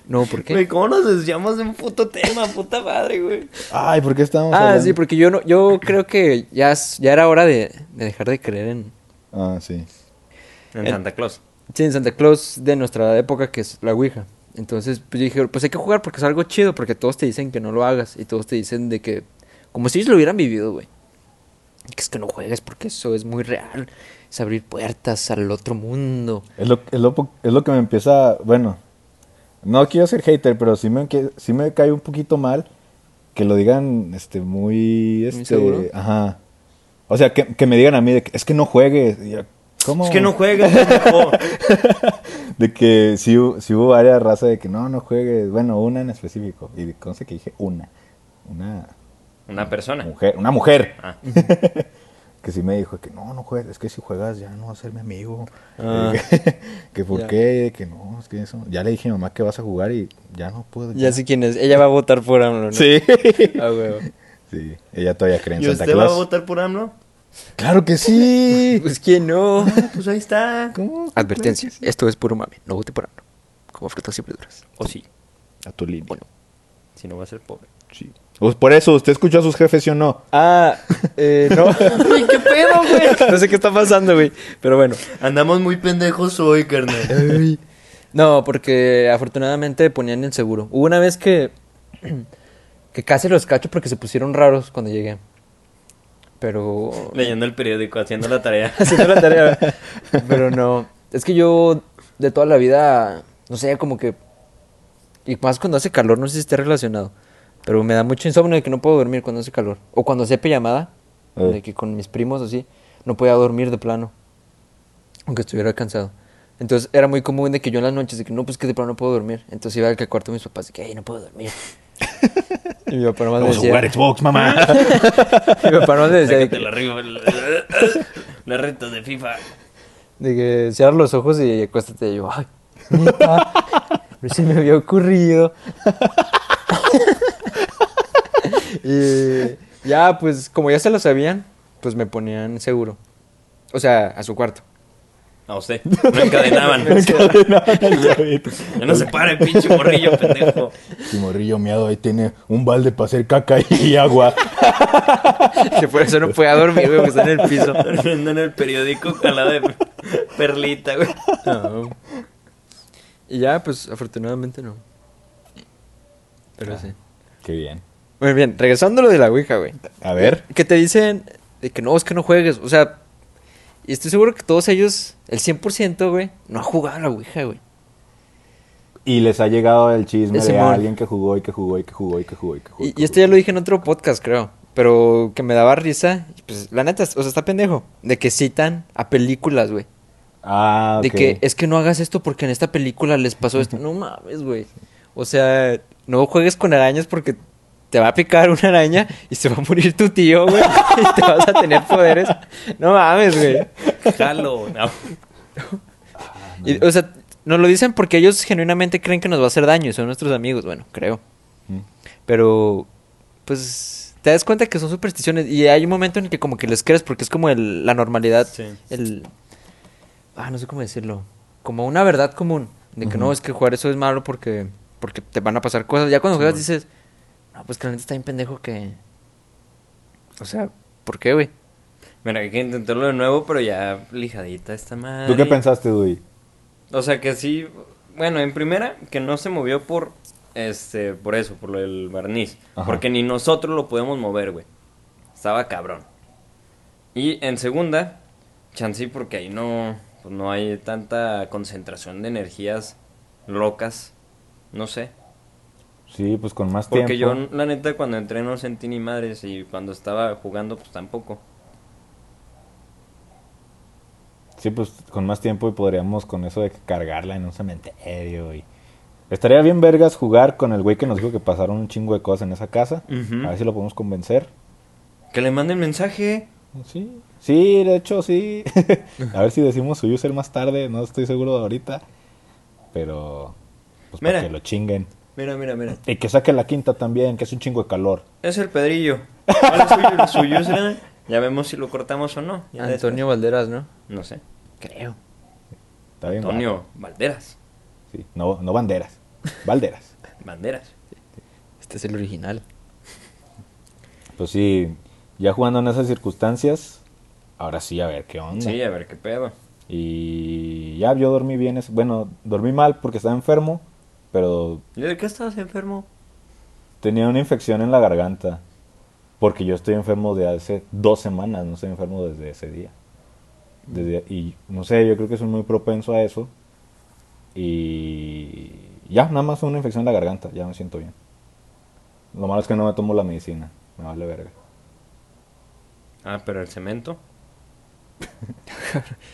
C: No, ¿por qué?
A: Güey, ¿cómo nos desviamos de un puto tema? Puta madre, güey.
B: Ay, ¿por qué estábamos
C: Ah,
B: hablando?
C: sí, porque yo no, yo creo que ya, es- ya era hora de, de dejar de creer en,
B: Ah, sí.
A: En
C: Eh.
A: Santa Claus.
C: sí, en Santa Claus de nuestra época, que es la Ouija. Entonces, pues yo dije, pues hay que jugar porque es algo chido, porque todos te dicen que no lo hagas y todos te dicen de que, como si ellos lo hubieran vivido, güey. Que es que no juegues porque eso es muy real. Es abrir puertas al otro mundo.
B: Es lo, es lo, po- es lo que me empieza, bueno, no quiero ser hater, pero sí me, que- sí me cae un poquito mal que lo digan este, muy... Este,
C: seguro?
B: Ajá. O sea, que, que me digan a mí, de que, es que no juegues. Y yo, ¿Cómo?
A: Es que no juegas, pendejo.
B: de que sí, hu- sí hubo varias razas de que no, no juegues. Bueno, una en específico. Y sé que dije una. Una
A: Una persona.
B: mujer. Una mujer.
A: Ah.
B: que sí me dijo que no, no juegues. Es que si juegas ya no vas a ser mi amigo.
A: Ah.
B: que, que por
C: Ya.
B: qué. Que no, es que eso. Ya le dije a mi mamá que vas a jugar y ya no puedo.
C: Ya sé quién es. Ella va a votar por AMLO, ¿no?
B: Sí.
C: Ah, huevo.
B: sí. Ella todavía cree en
A: ¿Y
B: Santa
A: usted va a
B: Claus.
A: votar por AMLO?
B: Claro que sí.
C: Pues quién no.
A: Pues ahí está.
B: ¿Cómo?
C: Advertencia, esto es puro mame. No vote por AMLO. Como frutas y verduras.
A: O sí,
B: A tu línea.
A: si no va a ser pobre.
B: Pues por eso, ¿usted escuchó a sus jefes, sí o no?
C: Ah, eh, no.
D: Güey, ¿Qué pedo, güey?
C: no sé qué está pasando, güey. Pero bueno.
E: Andamos muy pendejos hoy, carnal.
C: No, porque afortunadamente ponían el seguro. Hubo una vez que. que casi los cacho porque se pusieron raros cuando llegué. Pero.
A: Leyendo el periódico, haciendo la tarea.
C: haciendo la tarea. Pero no. Es que yo de toda la vida, no sé, como que... Y más cuando hace calor, no sé si esté relacionado. Pero me da mucho insomnio de que no puedo dormir cuando hace calor. O cuando hace pijamada,
B: Eh.
C: de que con mis primos así, no podía dormir de plano. Aunque estuviera cansado. Entonces era muy común de que yo en las noches, de que no, pues que de plano no puedo dormir. Entonces iba al que al cuarto de mis papás, de que, "Ey, no puedo dormir. y mi papá nomás le
B: Vamos a
C: decía,
B: jugar Xbox, mamá.
C: mi papá nomás le decía de que-
A: Sácatelo arriba. Las retas de FIFA.
C: De que cierras los ojos y acuéstate. Y yo, ay, neta, no se me había ocurrido. y ya, pues, como ya se lo sabían, pues me ponían seguro. O sea, a su cuarto.
A: A usted. No encadenaban. Ya no se pare, pinche morrillo, pendejo.
B: Y morrillo miado ahí tiene un balde para hacer caca y agua.
C: Que por eso no podía dormir, güey, porque está en el piso.
A: Leyendo en el periódico al lado de Perlita, güey.
C: No. Y ya, pues, afortunadamente no. Pero sí.
B: Qué bien.
C: Muy bien, regresando a lo de la Ouija, güey.
B: A ver.
C: Que te dicen de que no, es que no juegues. O sea, y estoy seguro que todos ellos, el 100%, güey, no ha jugado a la Ouija, güey.
B: Y les ha llegado el chisme
C: Ese
B: de
C: mon.
B: alguien que jugó y que jugó y que jugó y que jugó y que jugó.
C: Y, y esto ya lo dije en otro podcast, creo. Pero que me daba risa. y Pues la neta, o sea, está pendejo. De que citan a películas, güey.
B: Ah, ok.
C: De que es que no hagas esto porque en esta película les pasó esto. No mames, güey. O sea, no juegues con arañas porque te va a picar una araña y se va a morir tu tío, güey. y te vas a tener poderes. No mames, güey.
A: Jalo. No.
C: Y, o sea, nos lo dicen porque ellos genuinamente creen que nos va a hacer daño y son nuestros amigos, bueno, creo.
B: Mm.
C: Pero, pues, te das cuenta que son supersticiones y hay un momento en que como que les crees porque es como el- la normalidad,
A: Sí.
C: el... Ah, no sé cómo decirlo. Como una verdad común, de que no, es que jugar eso es malo porque, porque te van a pasar cosas. Ya cuando juegas dices, no, pues que la neta está bien pendejo que... O sea, ¿por qué, güey?
A: Mira, hay que intentarlo de nuevo, pero ya lijadita esta madre.
B: ¿Tú qué pensaste, Dui?
A: O sea que sí, bueno, en primera, que no se movió por este, por eso, por el barniz.
B: Ajá.
A: Porque ni nosotros lo podemos mover, güey. Estaba cabrón. Y en segunda, chansí porque ahí no, pues no hay tanta concentración de energías locas. No sé.
B: Sí, pues con más
A: Porque yo,
B: tiempo.
A: la neta, cuando entré no sentí ni madres y cuando estaba jugando, pues tampoco.
B: Sí, pues con más tiempo y podríamos con eso de que cargarla en un cementerio y... Estaría bien vergas jugar con el güey que nos dijo que pasaron un chingo de cosas en esa casa.
A: Ujú.
B: A ver si lo podemos convencer.
A: Que le manden mensaje.
B: Sí. Sí, de hecho, sí. a ver si decimos su user más tarde. No estoy seguro de ahorita. Pero... Pues para
A: Mira.
B: que lo chinguen.
A: Mira, mira, mira.
B: Y que saque la quinta también, que es un chingo de calor.
A: Es el Pedrillo. ¿Cuál es suyo? ¿El suyo es grande? Ya vemos si lo cortamos o no. Ya
C: Antonio Valderas, ¿no?
A: después. No sé.
C: Creo.
B: Está bien. guapo.
A: Antonio Valderas.
B: Sí, No, no banderas. Valderas.
A: Banderas.
C: Este es el original.
B: Pues sí, ya jugando en esas circunstancias, ahora sí a ver qué onda.
A: Sí, a ver qué pedo.
B: Y ya yo dormí bien. es- Bueno, dormí mal porque estaba enfermo, pero
A: ¿Y de qué estabas enfermo?
B: tenía una infección en la garganta. Porque yo estoy enfermo de hace dos semanas, no estoy enfermo desde ese día. Desde- y no sé, yo creo que soy muy propenso a eso. Y ya, nada más fue una infección en la garganta, ya me siento bien. Lo malo es que no me tomo la medicina, me vale verga.
A: Ah, pero el cemento.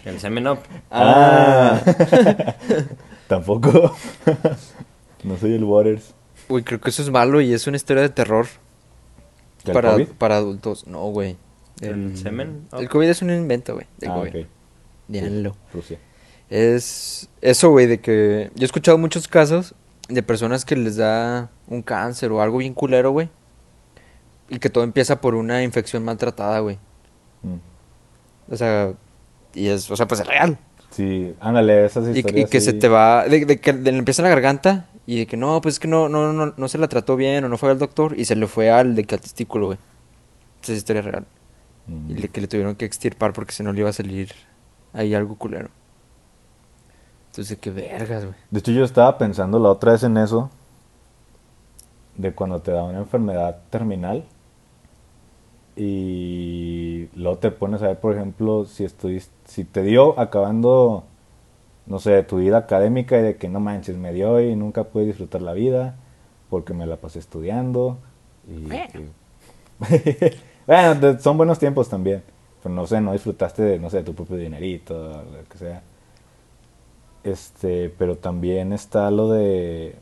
A: el semen up.
B: Ah. Tampoco. no soy el Waters.
C: Güey, creo que eso es malo y es una historia de terror
B: ¿Del
C: para,
B: COVID?
C: para adultos. No, güey.
A: ¿El semen?
C: El COVID es un invento, güey. del
B: Ah,
C: gobierno.
B: ok.
C: Díganlo.
B: Rusia.
C: Es eso, güey, de que yo he escuchado muchos casos de personas que les da un cáncer o algo bien culero, güey. Y que todo empieza por una infección maltratada, güey.
B: Mm.
C: O sea, y es, o sea, pues es real.
B: Sí, ándale, esas
C: Y,
B: historias.
C: y que se
B: sí.
C: te va, de, de que le empieza en la garganta Y de que no, pues es que no, no, no, no se la trató bien o no fue al doctor y se le fue al de que al testículo, güey. Esa es historia real.
B: Mm.
C: Y le, que le tuvieron que extirpar porque si no le iba a salir ahí algo culero. Entonces, qué vergas, güey.
B: De hecho, yo estaba pensando la otra vez en eso. De cuando te da una enfermedad terminal. Y luego te pones a ver, por ejemplo, si estuviste, si te dio acabando, no sé, tu vida académica y de que no manches, me dio y nunca pude disfrutar la vida porque me la pasé estudiando. Y, y- bueno, de- son buenos tiempos también. Pero no sé, no disfrutaste de, no sé, tu propio dinerito, lo que sea. Este, pero también está lo de.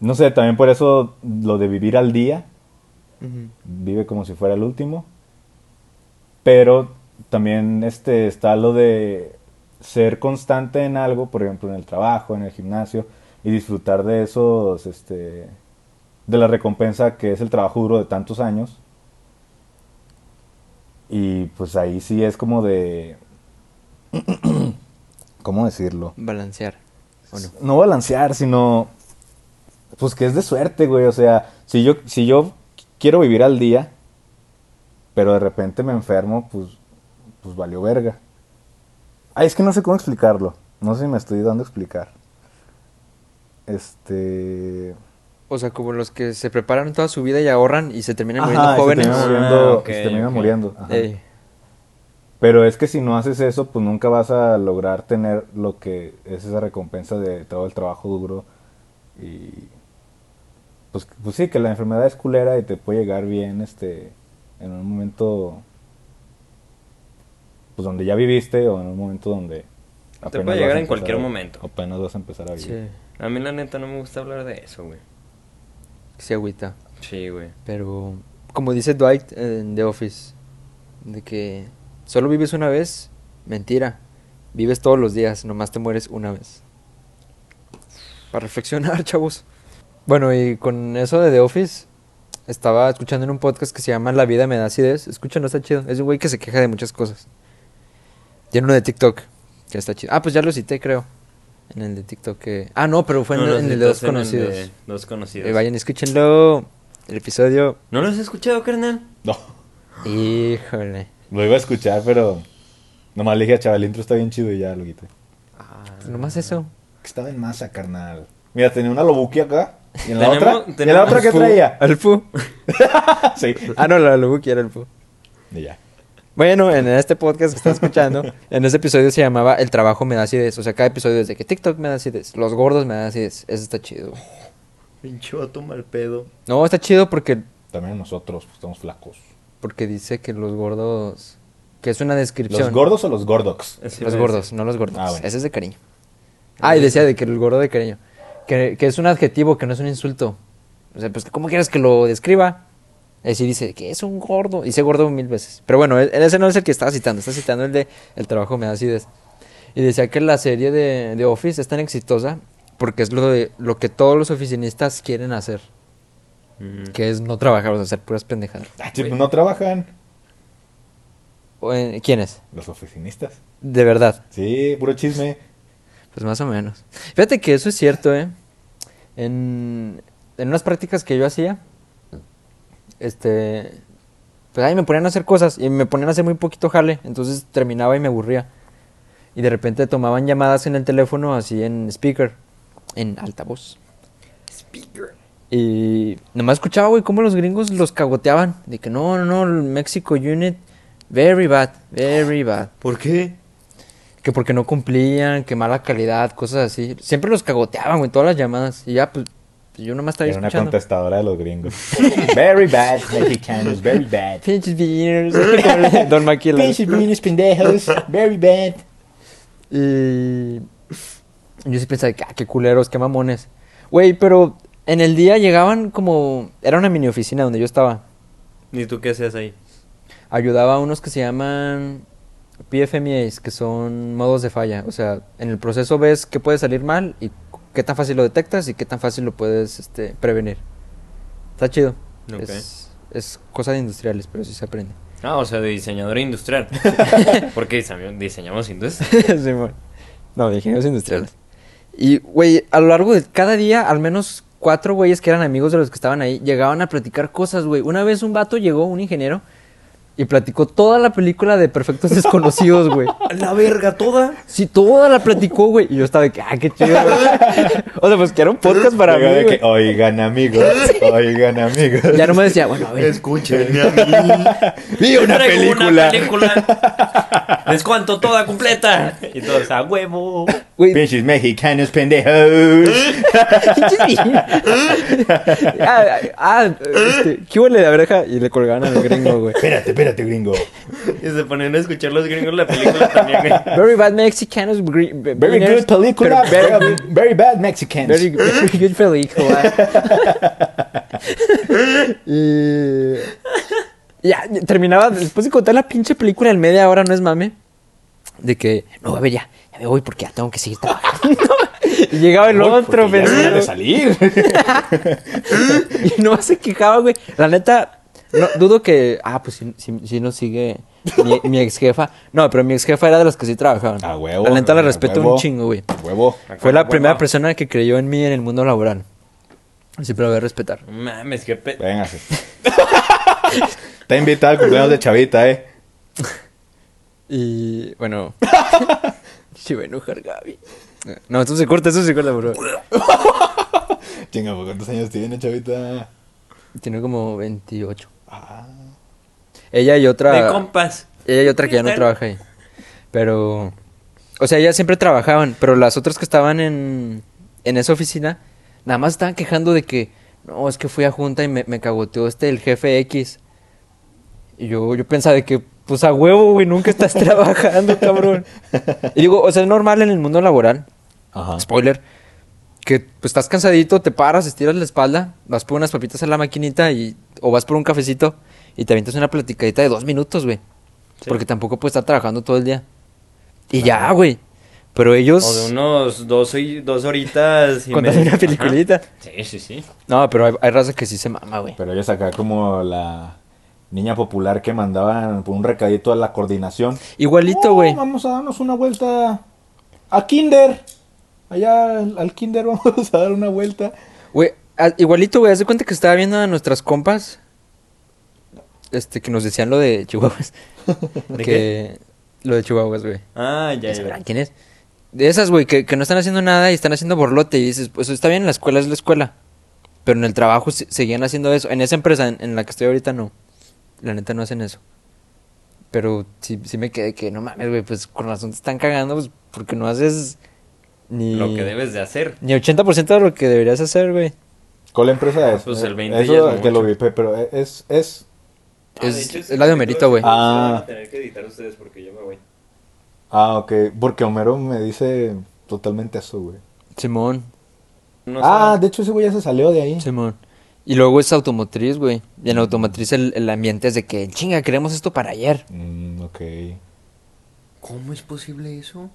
B: No sé, también por eso lo de vivir al día. Vive como si fuera el último. Pero también este, está lo de ser constante en algo, por ejemplo, en el trabajo, en el gimnasio, y disfrutar de esos. Este, de la recompensa que es el trabajo duro de tantos años. Y pues ahí sí es como de. ¿Cómo decirlo?
C: Balancear. ¿O no?
B: Pues, no balancear, sino pues que es de suerte, güey, o sea, si yo si yo quiero vivir al día, pero de repente me enfermo, pues pues valió verga. Ay, es que no sé cómo explicarlo. No sé si me estoy dando a explicar. Este
C: O sea, como los que se prepararon toda su vida y ahorran y se terminan
B: Ajá, y
C: muriendo
B: se
C: jóvenes.
B: termina
A: Ah,
B: muriendo-
A: ok,
B: se termina
A: ok.
B: muriendo, ajá.
C: Ey,
B: Pero es que si no haces eso, pues nunca vas a lograr tener lo que es esa recompensa de todo el trabajo duro. Y pues, pues sí, que la enfermedad es culera y te puede llegar bien este en un momento pues donde ya viviste o en un momento donde apenas vas a
A: llegar en
B: empezar
A: cualquier
B: a-
A: momento.
B: Apenas vas a empezar a vivir.
C: sí,
A: A mí la neta no me gusta hablar de eso, güey.
C: sí agüita.
A: Sí, güey.
C: Pero, como dice Dwight en The Office, de que solo vives una vez, mentira. Vives todos los días, nomás te mueres una vez. Para reflexionar, chavos. Bueno, y con eso de The Office, estaba escuchando en un podcast que se llama La vida me da acidez. Escúchalo, está chido. Es un güey que se queja de muchas cosas. Tiene uno de TikTok, que está chido. Ah, pues ya lo cité, creo. En el de TikTok que... Ah, no, pero fue en,
A: No,
C: en
A: los
C: el de dos
A: citas en el de
C: conocidos.
A: Dos conocidos.
C: Eh, vayan, escúchenlo. El episodio
A: ¿No los he escuchado, carnal?
B: No,
C: Híjole.
B: lo iba a escuchar, pero nomás le dije a Chaval, el intro está bien chido y ya lo quité.
C: Nomás eso.
B: Que estaba en masa, carnal. Mira, tenía una lobuki acá. Y en la
A: Tenemos-
B: otra, ¿y en la
A: tenemos-
B: otra que
A: Fu-
B: traía.
C: Al Fu.
B: sí.
C: Ah, no, la Lubuki era el Fu.
B: Y ya.
C: Bueno, en este podcast que estás escuchando, en este episodio se llamaba El trabajo me da acidez. O sea, cada episodio es de que TikTok me da acidez, los gordos me da acidez. Eso está chido. güey.
E: Pinche vato mal pedo.
C: No, está chido porque,
B: También nosotros, pues, estamos flacos.
C: porque dice que los gordos. que es una
B: ¿Los
C: descripción.
B: gordos o los gordox?
A: Sí,
C: Los
A: güey,
C: gordos, no los gordos.
B: Ah, bueno.
C: Ese es de cariño. Ah, y decía de que el gordo de cariño. Que, que es un adjetivo, que no es un insulto. O sea, pues, ¿cómo quieres que lo describa? Es decir, dice que es un gordo. Dice gordo mil veces. Pero bueno, e- ese no es el que estaba citando. Está citando el de El trabajo me da acidez. Y decía que la serie de, de Office es tan exitosa porque es lo, de, lo que todos los oficinistas quieren hacer.
A: Mm.
C: Que es no trabajar, o sea, hacer puras pendejadas.
B: Ah, sí, pues, no trabajan.
C: O en- ¿Quiénes?
B: Los oficinistas.
C: De verdad.
B: Sí, puro chisme.
C: Pues más o menos. Fíjate que eso es cierto, ¿eh? En, en unas prácticas que yo hacía, este, pues ahí me ponían a hacer cosas y me ponían a hacer muy poquito jale, entonces terminaba y me aburría. Y de repente tomaban llamadas en el teléfono, así en speaker, en altavoz. Y nomás escuchaba, güey, cómo los gringos los cagoteaban. De que no, no, no, el Mexico Unit, very bad, very bad.
E: ¿Por qué?
C: Que porque no cumplían, que mala calidad, cosas así. Siempre los cagoteaban, güey, todas las llamadas. Y ya, pues, pues, yo nomás estaba
B: Era una
C: escuchando.
B: contestadora de los gringos. very bad, mexicanos, very bad.
C: Pinches beginners. como el Don Maquila.
B: Pinches niños pendejos, very bad.
C: Y yo sí pensaba, que, ah, qué culeros, qué mamones. Güey, pero en el día llegaban como... Era una mini oficina donde yo estaba.
A: ¿Y tú qué hacías ahí?
C: ayudaba a unos que se llaman PFMAs, que son modos de falla. O sea, en el proceso ves qué puede salir mal y qué tan fácil lo detectas y qué tan fácil lo puedes este, prevenir. Está chido.
A: Ok.
C: Es, es cosa de industriales, pero sí se aprende.
A: Ah, o sea, de diseñador industrial. Porque diseñamos industrias.
C: Simón. No, de ingenieros industriales. Y, güey, a lo largo de cada día, al menos cuatro güeyes que eran amigos de los que estaban ahí, llegaban a platicar cosas, güey. Una vez un vato llegó, un ingeniero, y platicó toda la película de Perfectos Desconocidos, güey.
E: La verga toda.
C: Sí, toda la platicó, güey. Y yo estaba de que, ah, qué chido, güey. O sea, pues que era un podcast para mí,
B: Llega de
C: güey.
B: que, "Oh". oigan amigos, oigan amigos.
C: Ya no me decía, bueno, a ver,
E: Escuchen a mí.
B: Vi
A: Yo
B: una
A: traigo
B: película.
A: película. Descuento toda completa. Y todos a huevo.
C: güey.
B: Pinches mexicanos pendejos.
C: ah, ah, este, ¿qué huele de abeja? Y le colgaban al gringo, güey.
B: Espérate, espérate, gringo.
A: Y se ponen a escuchar los gringos la película también, güey.
C: Very bad Mexicanos. gri- b-
B: Very
C: billionaires,
B: good película,
C: pero
B: very, very bad Mexicans.
C: Very, very good película. y... Ya, terminaba, después de contar la pinche película en media hora, no es mame. De que, no, a ver, ya, ya me voy porque ya tengo que seguir trabajando. y llegaba el
B: Uy,
C: otro,
B: porque ya
C: pendejo.
B: deberían de salir.
C: Y no se quejaba, güey. La neta, no, dudo que. Ah, pues si, si, si nos sigue mi, mi ex jefa. No, pero mi ex jefa era de las que sí trabajaban.
B: A huevo.
C: La neta la
B: a
C: respeto
B: huevo,
C: un chingo, güey.
B: a Huevo.
C: Fue la
A: huevo.
C: primera persona que creyó en mí en el mundo laboral. Siempre la voy a respetar.
A: Mames, qué pe...
B: Véngase. Está invitada al cumpleaños de Chavita, eh.
C: Y bueno. Se va a enojar Gaby. No, esto se corta, esto se corta, bro.
B: Chinga, pues, ¿cuántos años tiene Chavita? Ah.
C: Tiene como 28. Ella y otra.
A: De compas.
C: Ella y otra que ya no trabaja ahí. Pero. O sea, ellas siempre trabajaban, pero las otras que estaban en, en esa oficina, nada más estaban quejando de que, no, es que fui a junta y me, me cagoteó este, el jefe X. Y yo, yo pensaba de que, pues a huevo, güey, nunca estás trabajando, cabrón. Y digo, o sea, es normal en el mundo laboral,
B: Ajá.
C: spoiler, que pues, estás cansadito, te paras, estiras la espalda, vas por unas papitas a la maquinita y, o vas por un cafecito y te avientas una platicadita de dos minutos, güey. Porque tampoco puedes estar trabajando todo el día. Y ya, güey. Pero ellos...
A: O de unos dos, y- dos horitas y
C: Contando
A: media.
C: una peliculita.
A: Ajá. Sí, sí, sí.
C: No, pero hay, hay raza que sí se mama, güey.
B: Pero ellos acá como la niña popular que mandaban por un recadito a la coordinación.
C: Igualito,
B: No,
C: güey.
B: vamos a darnos una vuelta a Kinder. Allá al, al Kinder vamos a dar una vuelta.
C: Güey, a- igualito, güey, haz de cuenta que estaba viendo a nuestras compas. Este, que nos decían lo de Chihuahuas. que, Lo de Chihuahuas, güey.
A: Ah, ya,
C: Ya
A: ya.
C: sabrán quién es. De esas, güey, que, que no están haciendo nada y están haciendo borlote. Y dices, pues está bien, la escuela es la escuela. Pero en el trabajo se- seguían haciendo eso. En esa empresa en, en la que estoy ahorita, no. La neta no hacen eso. Pero sí, sí me quedé que, no mames, güey, pues con razón te están cagando, pues porque no haces ni...
A: Lo que debes de hacer.
C: Ni 80% de lo que deberías hacer, güey.
B: ¿Cuál empresa es? Eh,
A: Pues el 20
B: Eso
A: ya es
B: que
A: mucho.
B: lo vi, pero es... es
A: Ah,
C: es, es la de Homerito, güey.
B: Ah. van a
A: tener que editar ustedes porque yo me voy.
B: ah, ok. Porque Homero me dice totalmente eso, güey.
C: Simón,
B: ah, de hecho ese güey ya se salió de ahí.
C: Simón. Y luego es automotriz, güey. Y en automotriz el, el ambiente es de que, chinga, queremos esto para ayer.
B: Mm, ok.
E: ¿Cómo es posible eso?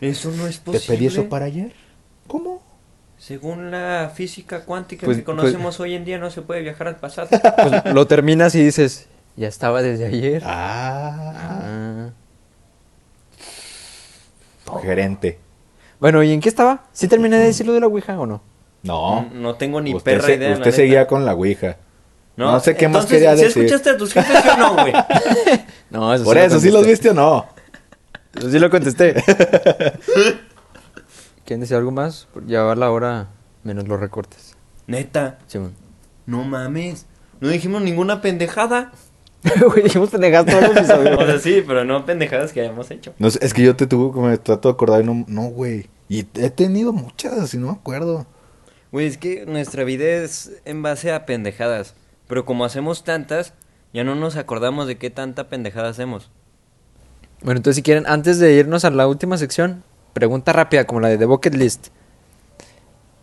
E: eso no es
B: ¿Te
E: posible.
B: pedí eso para ayer? ¿Cómo?
A: Según la física cuántica
C: Pues-
A: que conocemos hoy en día, no se puede viajar al pasado. Pero
C: Pues lo terminas y dices, ya estaba desde ayer.
B: Ah.
C: Ah.
B: Ah. Gerente.
C: Bueno, ¿y en qué estaba? ¿Sí terminé de decir lo de la Ouija o no?
B: No.
A: No tengo ni
B: usted
A: perra
B: se-
A: idea. la
B: Usted
A: neta.
B: seguía con la ouija. No, sé qué más
A: Entonces,
B: quería
A: ¿sí
B: decir.
A: escuchaste a tus jefes sí o no, güey?
C: No, eso
B: Por eso, ¿sí los viste o no?
C: Eso sí lo contesté. ¿Quieren decir algo más? Por Llevar la hora menos los recortes.
A: Neta,
C: Simón.
A: no mames. No dijimos ninguna pendejada.
C: Güey, dijimos pendejadas todo el episodio.
A: O sea, sí, pero no pendejadas que hayamos hecho.
B: No sé, es que yo te tuve como me trato de acordar y no, no, güey. Y he tenido muchas y no me acuerdo.
A: Güey, es que nuestra vida es en base a pendejadas. Pero como hacemos tantas, ya no nos acordamos de qué tanta pendejada hacemos.
C: Bueno, entonces si quieren, antes de irnos a la última sección, pregunta rápida como la de The Bucket List.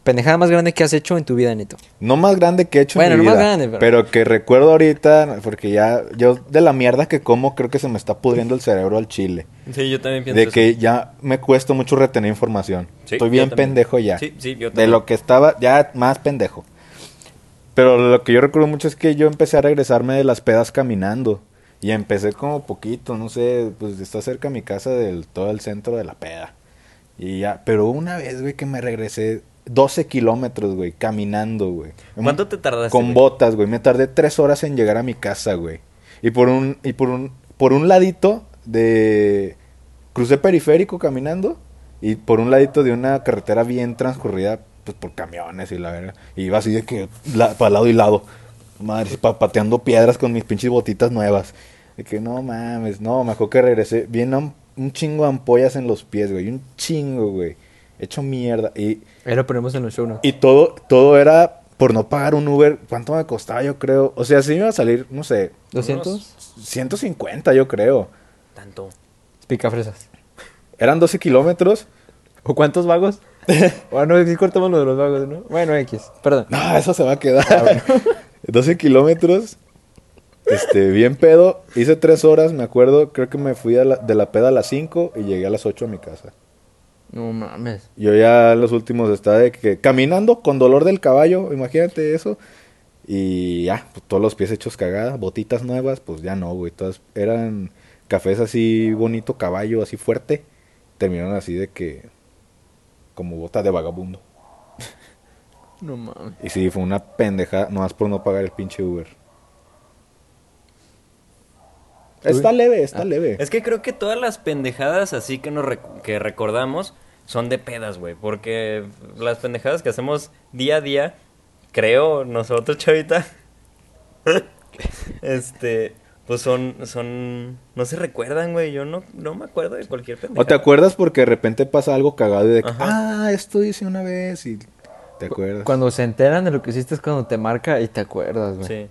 C: Pendejada más grande que has hecho en tu vida, Neto.
B: No más grande que he hecho
C: Bueno,
B: en mi
C: no más
B: vida,
C: grande, pero-
B: pero... que recuerdo ahorita, porque ya, yo de la mierda que como, creo que se me está pudriendo el cerebro al chile.
A: Sí, yo también pienso
B: De que ya me cuesta mucho retener información.
A: Sí,
B: Estoy
A: yo
B: bien
A: también.
B: pendejo ya.
A: Sí, sí, yo
B: De
A: también.
B: lo que estaba, ya más pendejo. Pero lo que yo recuerdo mucho es que yo empecé a regresarme de las pedas caminando. Y empecé como poquito, no sé, pues está cerca mi casa del todo el centro de la peda. Y ya, pero una vez, güey, que me regresé 12 kilómetros, güey, caminando, güey.
A: ¿Cuánto te tardaste? güey?
B: Con botas, güey. Me tardé tres horas en llegar a mi casa, güey. Y por un, y por un, por un ladito de. Crucé periférico caminando. Y por un ladito de una carretera bien transcurrida, pues por camiones y la verdad. Y iba así de que para lado y lado. Madre, pa- pateando piedras con mis pinches botitas nuevas. De que no mames, no, me acuerdo que regresé. Bien am- un chingo de ampollas en los pies, güey. Un chingo, güey. Hecho mierda. Y
C: Ahí lo ponemos en el show, ¿no?
B: y todo, todo era por no pagar un Uber. ¿Cuánto me costaba, yo creo? O sea, sí me iba a salir, no sé,
C: ¿200?
B: 150, yo creo.
A: Tanto.
C: Picafresas.
B: Eran 12 kilómetros.
C: ¿O cuántos vagos? bueno, aquí cortamos lo de los vagos, ¿no? Bueno, X, perdón.
B: No, eso se va a quedar.
C: Ah,
B: 12 kilómetros. Este, bien pedo. Hice tres horas, me acuerdo. Creo que me fui a la- de la peda a las 5 y llegué a las 8 a mi casa.
C: No mames.
B: Yo ya los últimos estaba de que caminando con dolor del caballo, imagínate eso. Y ya, pues, todos los pies hechos cagada, botitas nuevas, pues ya no, güey. Todas eran cafés así bonito, caballo así fuerte. Terminaron así de que como botas de vagabundo.
C: No mames.
B: Y sí, fue una pendejada, nomás por no pagar el pinche Uber. Está leve, está leve.
A: Ah. Es que creo que todas las pendejadas así que nos rec- que recordamos son de pedas, güey. Porque las pendejadas que hacemos día a día, creo nosotros, chavita, este, pues son, son, no se recuerdan, güey. Yo no, no me acuerdo de cualquier pendejada.
B: ¿O te acuerdas porque de repente pasa algo cagado y de que,
A: Ajá.
B: ah, esto hice una vez y te acuerdas?
C: Cuando se enteran de lo que hiciste es cuando te marca y te acuerdas, güey.
A: Sí.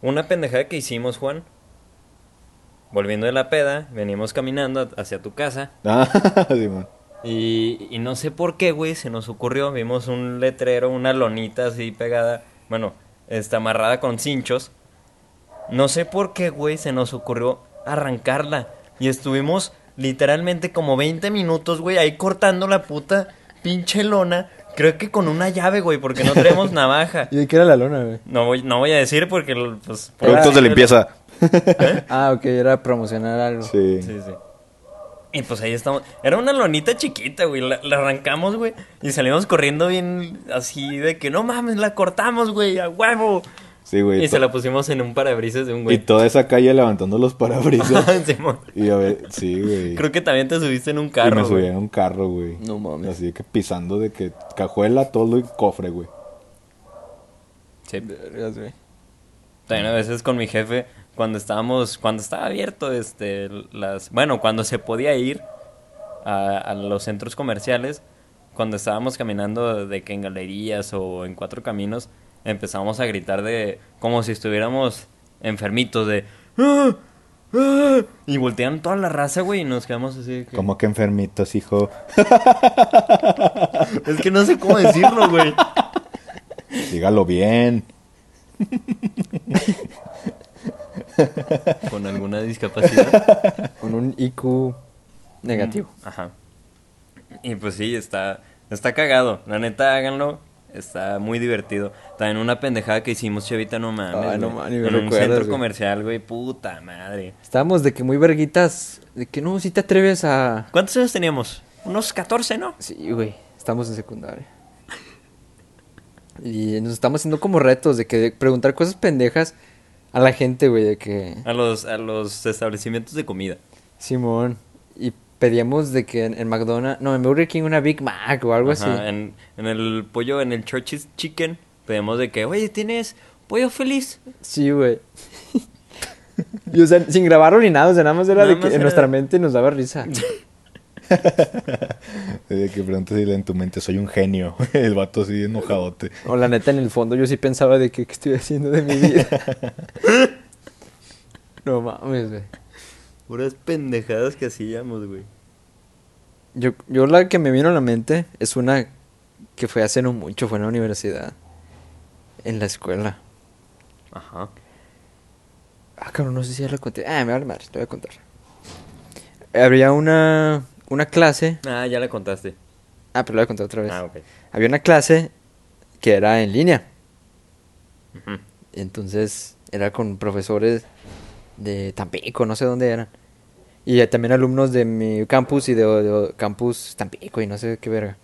A: Una pendejada que hicimos, Juan. Volviendo de la peda, veníamos caminando hacia tu casa.
B: Ah, Simón.
A: Y, y no sé por qué, güey, se nos ocurrió. Vimos un letrero, una lonita así pegada, bueno, está amarrada con cinchos. No sé por qué, güey, se nos ocurrió arrancarla. Y estuvimos literalmente como 20 minutos, güey, ahí cortando la puta pinche lona. Creo que con una llave, güey, porque no tenemos navaja.
C: ¿Y de qué era la lona, güey?
A: No voy, no voy a decir porque, pues... por-
B: Productos de limpieza.
C: Ah, ok, era promocionar algo.
B: Sí.
A: Sí, sí. Y pues ahí estamos. Era una lonita chiquita, güey. La, la arrancamos, güey. Y salimos corriendo bien así de que no mames, la cortamos, güey, a huevo.
B: Sí, güey.
A: y se
B: to-
A: la pusimos en un parabrisas de un
B: y
A: güey.
B: toda esa calle levantando los parabrisas.
A: Simón.
B: y a ver, sí, güey.
A: Creo que también te subiste en un carro.
B: y me subí
A: güey.
B: en un carro, güey.
C: No mames.
B: Así de que pisando de que cajuela, todo y cofre, güey.
A: Sí.
C: Vergas, güey.
A: También a veces con mi jefe, cuando estábamos, cuando estaba abierto, este, las, bueno, cuando se podía ir a, a los centros comerciales, cuando estábamos caminando de que en galerías o en cuatro caminos, empezamos a gritar de, como si estuviéramos enfermitos de, "Ah, ah", y voltean toda la raza, güey, y nos quedamos así. de que-
B: Como que enfermitos, hijo.
A: Es que no sé cómo decirlo, güey.
B: Dígalo bien.
A: Con alguna discapacidad.
C: Con un IQ negativo.
A: Ajá. Y pues sí, está, está cagado. La neta, háganlo. Está muy divertido. También una pendejada que hicimos, Chevita, no mames.
C: Ay, no
A: güey.
C: mames, me
A: En un
C: recuerdas,
A: centro
C: güey.
A: comercial, güey. Puta madre.
C: Estábamos de que muy verguitas, de que no, si te atreves a...
A: ¿Cuántos años teníamos? Unos 14, ¿no?
C: Sí, güey, estamos en secundaria. Y nos estamos haciendo como retos de que de preguntar cosas pendejas a la gente, güey, de que...
A: A los, a los establecimientos de comida.
C: Simón, y pedíamos de que en, en McDonald's, no, en Burger King una Big Mac o algo
A: Ajá,
C: así.
A: En, en el pollo, en el Church's Chicken, pedimos de que, oye, ¿tienes pollo feliz?
C: Sí, güey. y o sea, sin grabarlo ni nada, o sea, nada más era
A: Nada
C: de
A: más
C: que en
A: era-
C: nuestra mente nos daba risa.
B: Y de que preguntas y en tu mente, soy un genio. El vato así enojadote.
C: O la neta, en el fondo yo sí pensaba de que qué estoy haciendo de mi vida. no mames, güey.
A: Puras pendejadas que hacíamos, güey.
C: Yo, yo la que me vino a la mente es una que fue hace no mucho, fue en la universidad. En la escuela.
A: Ajá.
C: Ah, cabrón, no sé si ya la conté. Ah, me vale madre, te voy a contar. Había una, una clase.
A: Ah, ya la contaste.
C: Ah, pero la voy a contar otra vez.
A: Ah, ok.
C: Había una clase que era en línea.
A: Ujú.
C: Entonces era con profesores de Tampico, no sé dónde eran. Y eh, también alumnos de mi campus y de, de campus Tampico y no sé qué verga.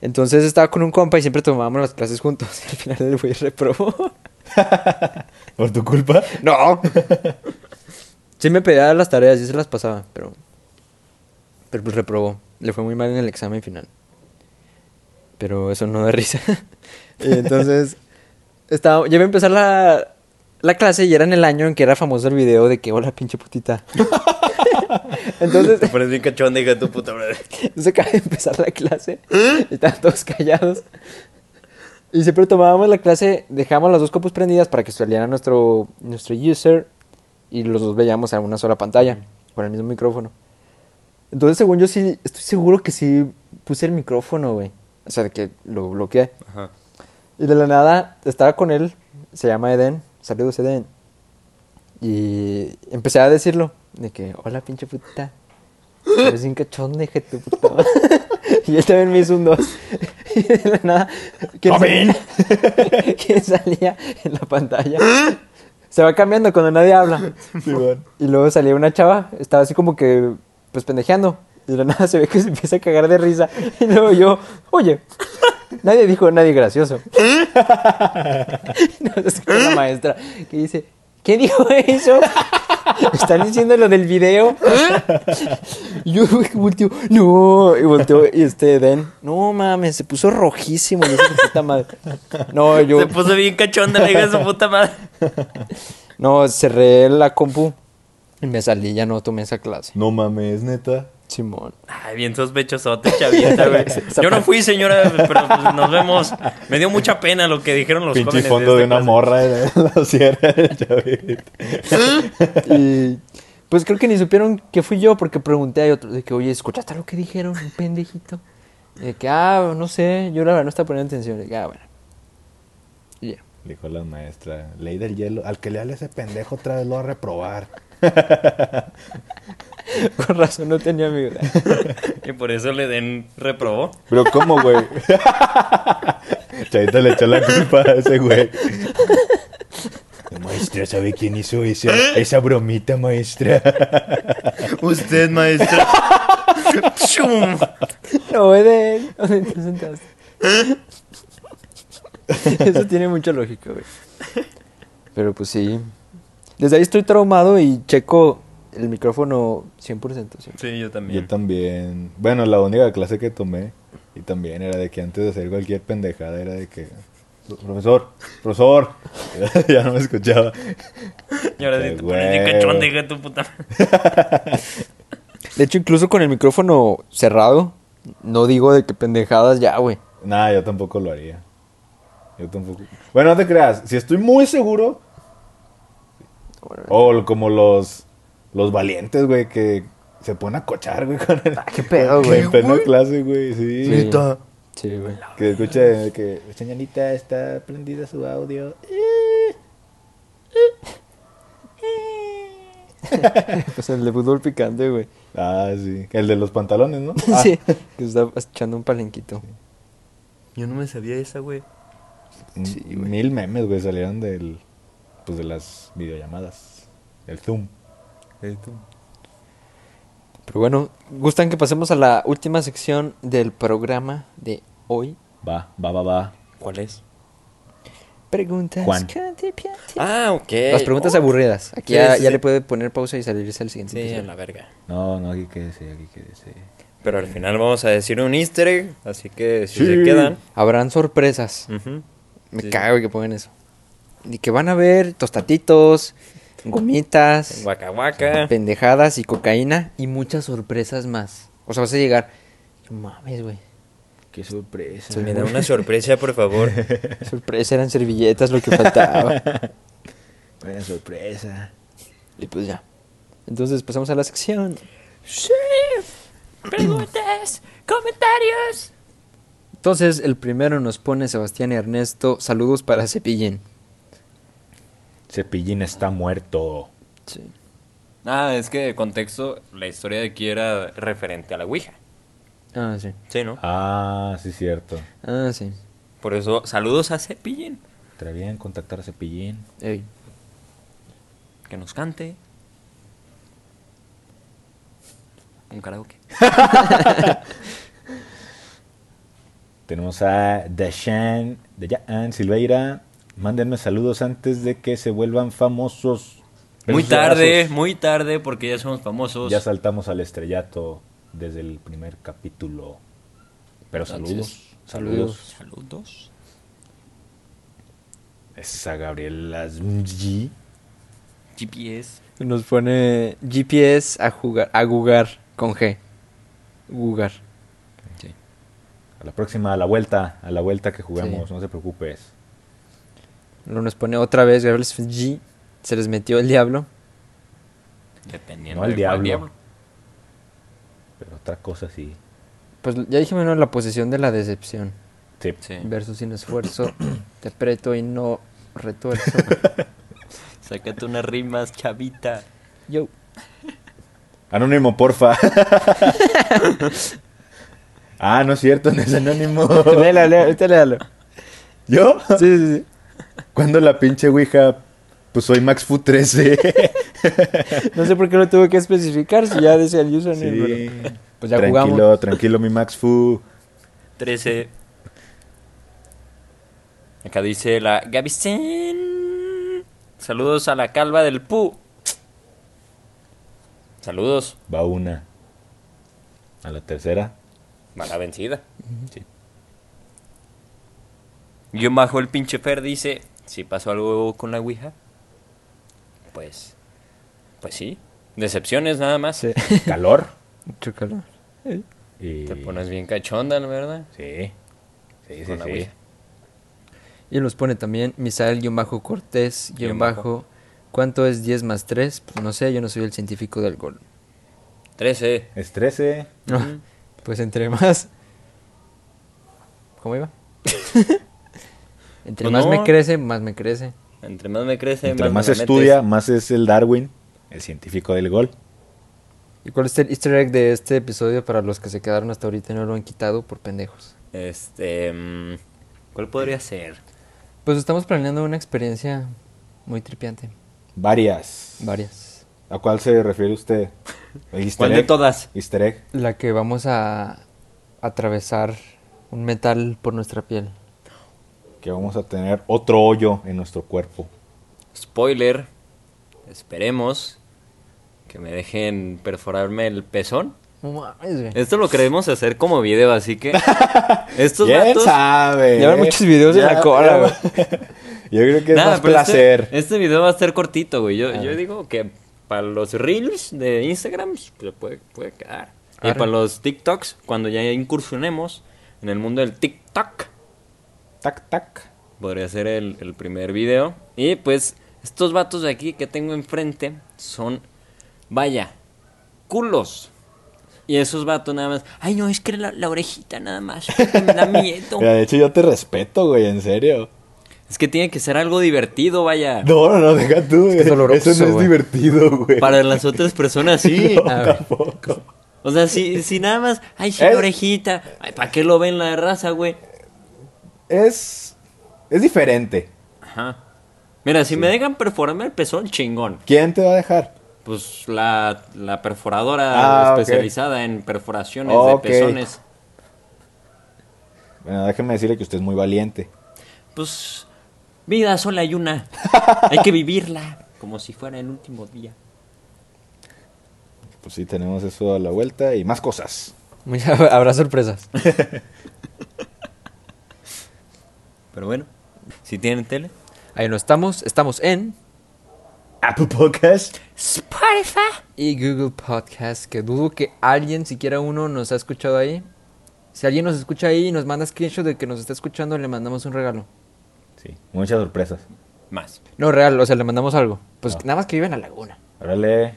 C: Entonces estaba con un compa y siempre tomábamos las clases juntos. Y al final el güey reprobó.
B: ¿Por tu culpa?
C: No. Sí me pedía las tareas, y se las pasaba, pero. Pero pues reprobó. Le fue muy mal en el examen final. Pero eso no da risa. y entonces. Estaba, ya iba a empezar la, la clase y era en el año en que era famoso el video de que hola pinche putita. entonces
E: Te pones bien cachonda, hija de tu puta madre.
C: se acaba de empezar la clase y estaban todos callados. Y siempre tomábamos la clase, dejábamos las dos copos prendidas para que salieran nuestro, nuestro user y los dos veíamos a una sola pantalla con el mismo micrófono. Entonces, según yo, sí, estoy seguro que sí puse el micrófono, güey. O sea, de que lo bloqueé.
E: Ajá.
C: Y de la nada estaba con él, se llama Eden, saludos Eden. Y empecé a decirlo, de que, hola pinche puta. Eres un cachón, deje tu puta madre". Y él también me hizo un dos. Y de la nada, ¿quién,
B: ¡Robin!
C: sal- quién salía en la pantalla? Se va cambiando cuando nadie habla.
B: Simón.
C: Y luego salía una chava, estaba así como que, pues pendejeando. Y de la nada se ve que se empieza a cagar de risa. Y luego yo, oye, nadie dijo nadie gracioso. no, se escucha la maestra que dice, ¿qué dijo eso? Están diciendo lo del video. Y yo volteo, no, y volteo, y este Den, no mames, se puso rojísimo. le dije, "Puta madre". No, yo.
D: Se puso bien cachonda la hija de su puta madre.
C: No, cerré la compu y me salí, ya no tomé esa clase.
B: No mames, neta.
C: Simón.
D: Ay, bien sospechosote, chavita, güey. Yo no fui, señora, pero pues, nos vemos. Me dio mucha pena lo que dijeron los
B: Pinche
D: jóvenes. este
B: fondo
D: esta
B: de una
D: clase.
B: morra en la sierra del Chavit.
C: Y pues creo que ni supieron que fui yo porque pregunté a otro de que, oye, ¿escuchaste lo que dijeron, un pendejito? Y de que, ah, no sé, yo la verdad no estaba poniendo atención. Y de que, ah, bueno. Y ya.
B: Dijo la maestra, ley del hielo, al que le hable ese pendejo otra vez lo va a reprobar.
C: Con razón no tenía amigos.
D: Y por eso le den reprobó.
B: Pero ¿cómo, güey? Chavita le echó la culpa a ese güey. Maestra, ¿sabe quién hizo esa, esa bromita, maestra?
E: Usted, maestra.
D: ¡Chum!
C: No, Eden, ¿dónde te sentaste? Eso tiene mucha lógica, güey. Pero pues sí. Desde ahí estoy traumado y checo el micrófono 100% siempre.
D: Sí, yo
B: Yo
D: también.
B: también. Bueno, la única clase que tomé, y también era de que antes de hacer cualquier pendejada, era de que. Profesor, profesor. ya no me escuchaba.
D: Y ahora
B: Qué
D: sí te pones bien
B: huevo.
D: cachonda, hija de tu puta madre.
C: De hecho, incluso con el micrófono cerrado, no digo de que pendejadas ya, güey.
B: Nah, yo tampoco lo haría. Yo tampoco. Bueno, no te creas. Si estoy muy seguro. O como los. Los valientes, güey, que se ponen a cochar, güey, con el.
C: Ah, qué pedo, güey.
B: En plena clase, güey, sí.
C: Sí.
E: Neta.
C: Sí, güey.
B: Que escucha de que. Señorita, está prendida su audio. Eh,
C: Pues el de fútbol picante, güey.
B: Ah, sí. El de los pantalones, ¿no? Ah,
C: Sí. Que está echando un palenquito.
E: Yo no me sabía esa, güey.
B: M- Mil memes, güey, salieron del. Pues de las videollamadas. El Zoom.
C: Pero bueno, gustan que pasemos a la última sección del programa de hoy.
B: Va, va, va, va.
D: ¿Cuál es?
C: Preguntas.
B: Juan.
C: cantipianti.
D: Ah, ok.
C: Las preguntas aburridas. Aquí
D: Sí,
C: ya,
D: sí,
C: ya
D: sí.
C: le puede poner pausa y salirse al siguiente.
D: Sí, a
C: episodio.
D: la verga.
B: No, no, aquí quédese, aquí quédese.
D: Pero al final vamos a decir un easter egg, así que si
B: Sí.
D: se quedan.
C: Habrán sorpresas.
D: ujú.
C: Me
D: Mm, Sí.
C: cago que pongan eso. Y que van a ver tostatitos, gomitas,
D: Guaca guaca.
C: pendejadas y cocaína y muchas sorpresas más. O sea, vas a llegar. No mames, güey.
E: Qué sorpresa.
D: Me da una sorpresa, por favor.
C: Sorpresa eran servilletas lo que faltaba.
E: Buena sorpresa.
C: y pues ya. Entonces pasamos a la sección.
D: Preguntas, comentarios.
C: Entonces, el primero nos pone Sebastián Ernesto. Saludos para Cepillín.
B: Cepillín está muerto.
C: Sí.
D: Ah, es que de contexto, la historia de aquí era referente a la Ouija.
C: Ah, sí.
D: Sí, ¿no?
B: Ah, sí, cierto.
C: Ah, sí.
D: Por eso, saludos a Cepillín.
B: Estaría bien contactar a Cepillín.
C: Ey.
D: Que nos cante.
F: Un karaoke.
B: Tenemos a Dashan, Dayan Silveira. Mándenme saludos antes de que se vuelvan famosos.
A: Muy
B: Besos y
A: tarde,
B: abrazos.
A: muy tarde, porque ya somos famosos.
B: Ya saltamos al estrellato desde el primer capítulo. Pero saludos. Saludos.
A: Saludos.
B: Esa Gabriela G.
A: GPS.
C: Nos pone GPS a jugar, a jugar con G. Gugar.
B: A la próxima, a la vuelta, a la vuelta que jugamos, no te preocupes.
C: Luego nos pone otra vez Gabriel G. Se les metió el diablo.
A: Dependiendo
B: No al
A: de cuál
B: diablo. Pero otra cosa sí.
C: Pues ya dijimos, ¿no? La posición de la decepción.
B: Sí.
A: Sí,
C: Versus sin esfuerzo. Te preto y no retuerzo.
A: sácate unas rimas, chavita.
C: Yo.
B: Anónimo, porfa. ah, no es cierto, no es anónimo.
C: Léelo, léelo, ahorita léalo.
B: ¿Yo?
C: Sí, sí, sí.
B: ¿Cuándo la pinche Ouija? Pues soy Max Fu 13.
C: No sé por qué lo tuve que especificar si ya decía el username.
B: Sí.
C: pero- Pues ya
B: tranquilo,
C: jugamos.
B: tranquilo, mi Max Fu.
A: 13. Acá dice la Gavicen. Saludos a la calva del Pu. Saludos.
B: Va una. A la tercera.
A: Mala vencida. Sí. Yo bajo el pinche Fer dice, si pasó algo con la Ouija, pues, pues sí. Decepciones nada más.
C: Sí.
B: Calor.
C: Mucho calor.
B: Y...
A: Te pones bien cachonda, la verdad.
B: Sí. Sí, sí,
A: Con la
B: sí.
A: Ouija.
C: Y nos pone también Misael-Cortés-Bajo. ¿Cuánto es 10 más 3? Pues no sé, yo no soy el científico del gol.
A: 13.
B: Es 13.
C: No, pues entre más. ¿Cómo iba? entre
A: Pues
C: más me
A: no.
C: crece, más me crece.
A: Entre más me crece,
B: Entre
A: me
B: más
A: la metes.
B: estudia, más es el Darwin, el científico del gol.
C: ¿Y cuál es el easter egg de este episodio para los que se quedaron hasta ahorita y no lo han quitado por pendejos?
A: Este, mm, ¿cuál podría ser?
C: Pues estamos planeando una experiencia muy tripiante.
B: Varias.
C: Varias.
B: ¿A cuál se refiere usted? El easter
A: ¿Cuál de
B: egg.
A: todas?
B: Easter egg.
C: La que vamos a atravesar un metal por nuestra piel.
B: Que vamos a tener otro hoyo en nuestro cuerpo.
A: Spoiler. Esperemos que me dejen perforarme el pezón.
C: No mames, güey.
A: Esto lo queremos hacer como video, así que estos
B: ¿Quién
A: datos
B: sabe?
C: Llevan muchos videos en la cola, güey.
B: Yo creo que es más
A: pero este-
B: placer. Ah.
A: Este, video va a ser cortito, güey. Yo, yo digo que para los reels de Instagram pues, puede, puede quedar. Y
C: Arre.
A: para los TikToks, cuando ya incursionemos en el mundo del TikTok,
B: Tac, tac.
A: podría ser el, el primer video. Y pues estos vatos de aquí que tengo enfrente son, vaya, culos. Y esos vatos nada más, ay no, es que la, la orejita nada más, me da miedo.
B: Mira, de hecho, yo te respeto, güey, en serio.
A: es que tiene que ser algo divertido, vaya.
B: No, no, no, deja tú, güey.
C: es doloroso,
B: Eso no es
C: güey.
B: divertido, güey.
A: Para las otras personas sí.
B: No,
C: a ver.
B: tampoco.
A: O sea, si, si nada más, ay, sí,
B: Es-
A: la orejita, ay, ¿para qué lo ven la raza, güey?
B: Es. Es diferente.
A: Ajá. Mira, si me dejan perforarme el pezón, chingón.
B: ¿Quién te va a dejar?
A: Pues la, la perforadora
B: Ah, ok.
A: especializada en perforaciones
B: Ok.
A: de pezones.
B: Bueno, déjeme decirle que usted es muy valiente.
A: Pues, vida sola hay una. Hay que vivirla como si fuera el último día.
B: Pues sí, tenemos eso a la vuelta y más cosas.
C: Mucha- Habrá sorpresas.
A: Pero bueno, si tienen tele.
C: Ahí no estamos. Estamos en
B: Apple Podcast.
A: Spotify.
C: y Google Podcast, que dudo que alguien, siquiera uno, nos ha escuchado ahí. Si alguien nos escucha ahí y nos manda screenshot de que nos está escuchando, le mandamos un regalo.
B: Sí, muchas sorpresas.
A: Más.
C: No, real, o sea, le mandamos algo. Pues nada más que vive en la laguna.
B: Órale.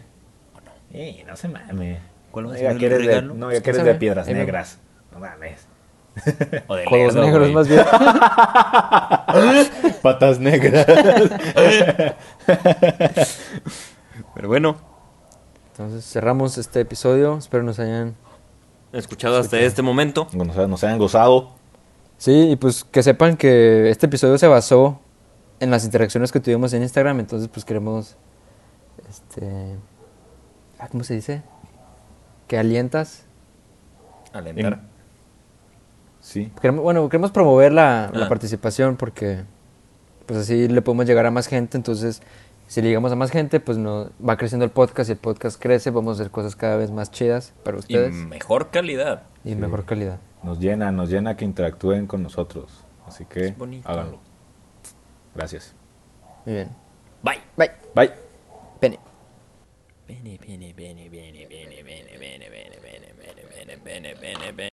B: Eh, no se mame.
A: ¿Cuál va a
B: No
A: ser
B: diga
A: el
B: que eres de-
A: regalo?
B: No, ya que eres
C: sabe?
B: de piedras
C: Ahí vemos.
B: negras. No mames.
A: O de
C: Codos
A: lerdo,
C: negros
A: güey.
C: más bien.
B: Patas negras.
A: Pero bueno,
C: Entonces cerramos este episodio. Espero nos hayan...
A: escuchado hasta este momento.
B: nos, nos hayan gozado.
C: Sí, y pues que sepan que este episodio se basó en las interacciones que tuvimos en Instagram. Entonces pues queremos... Este... ah, ¿Cómo se dice? que alientas.
D: Alentar.
B: Sí.
C: Queremos- bueno, queremos promover la, la
D: Ah.
C: participación porque pues así le podemos llegar a más gente, entonces si le llegamos a más gente, pues no, va creciendo el podcast y el podcast crece, vamos a hacer cosas cada vez más chidas para
D: Y
C: ustedes
D: mejor calidad.
C: y, mejor calidad.
B: Nos llena, nos llena que interactúen con nosotros. Así que
D: Es bonito.
B: háganlo. Gracias.
C: Muy bien.
D: Bye.
C: Bye.
B: Bye.
C: Pene.
D: Bene, bene, bene, bene, bene, bene, bene, bene, bene, bene, bene, bene, bene.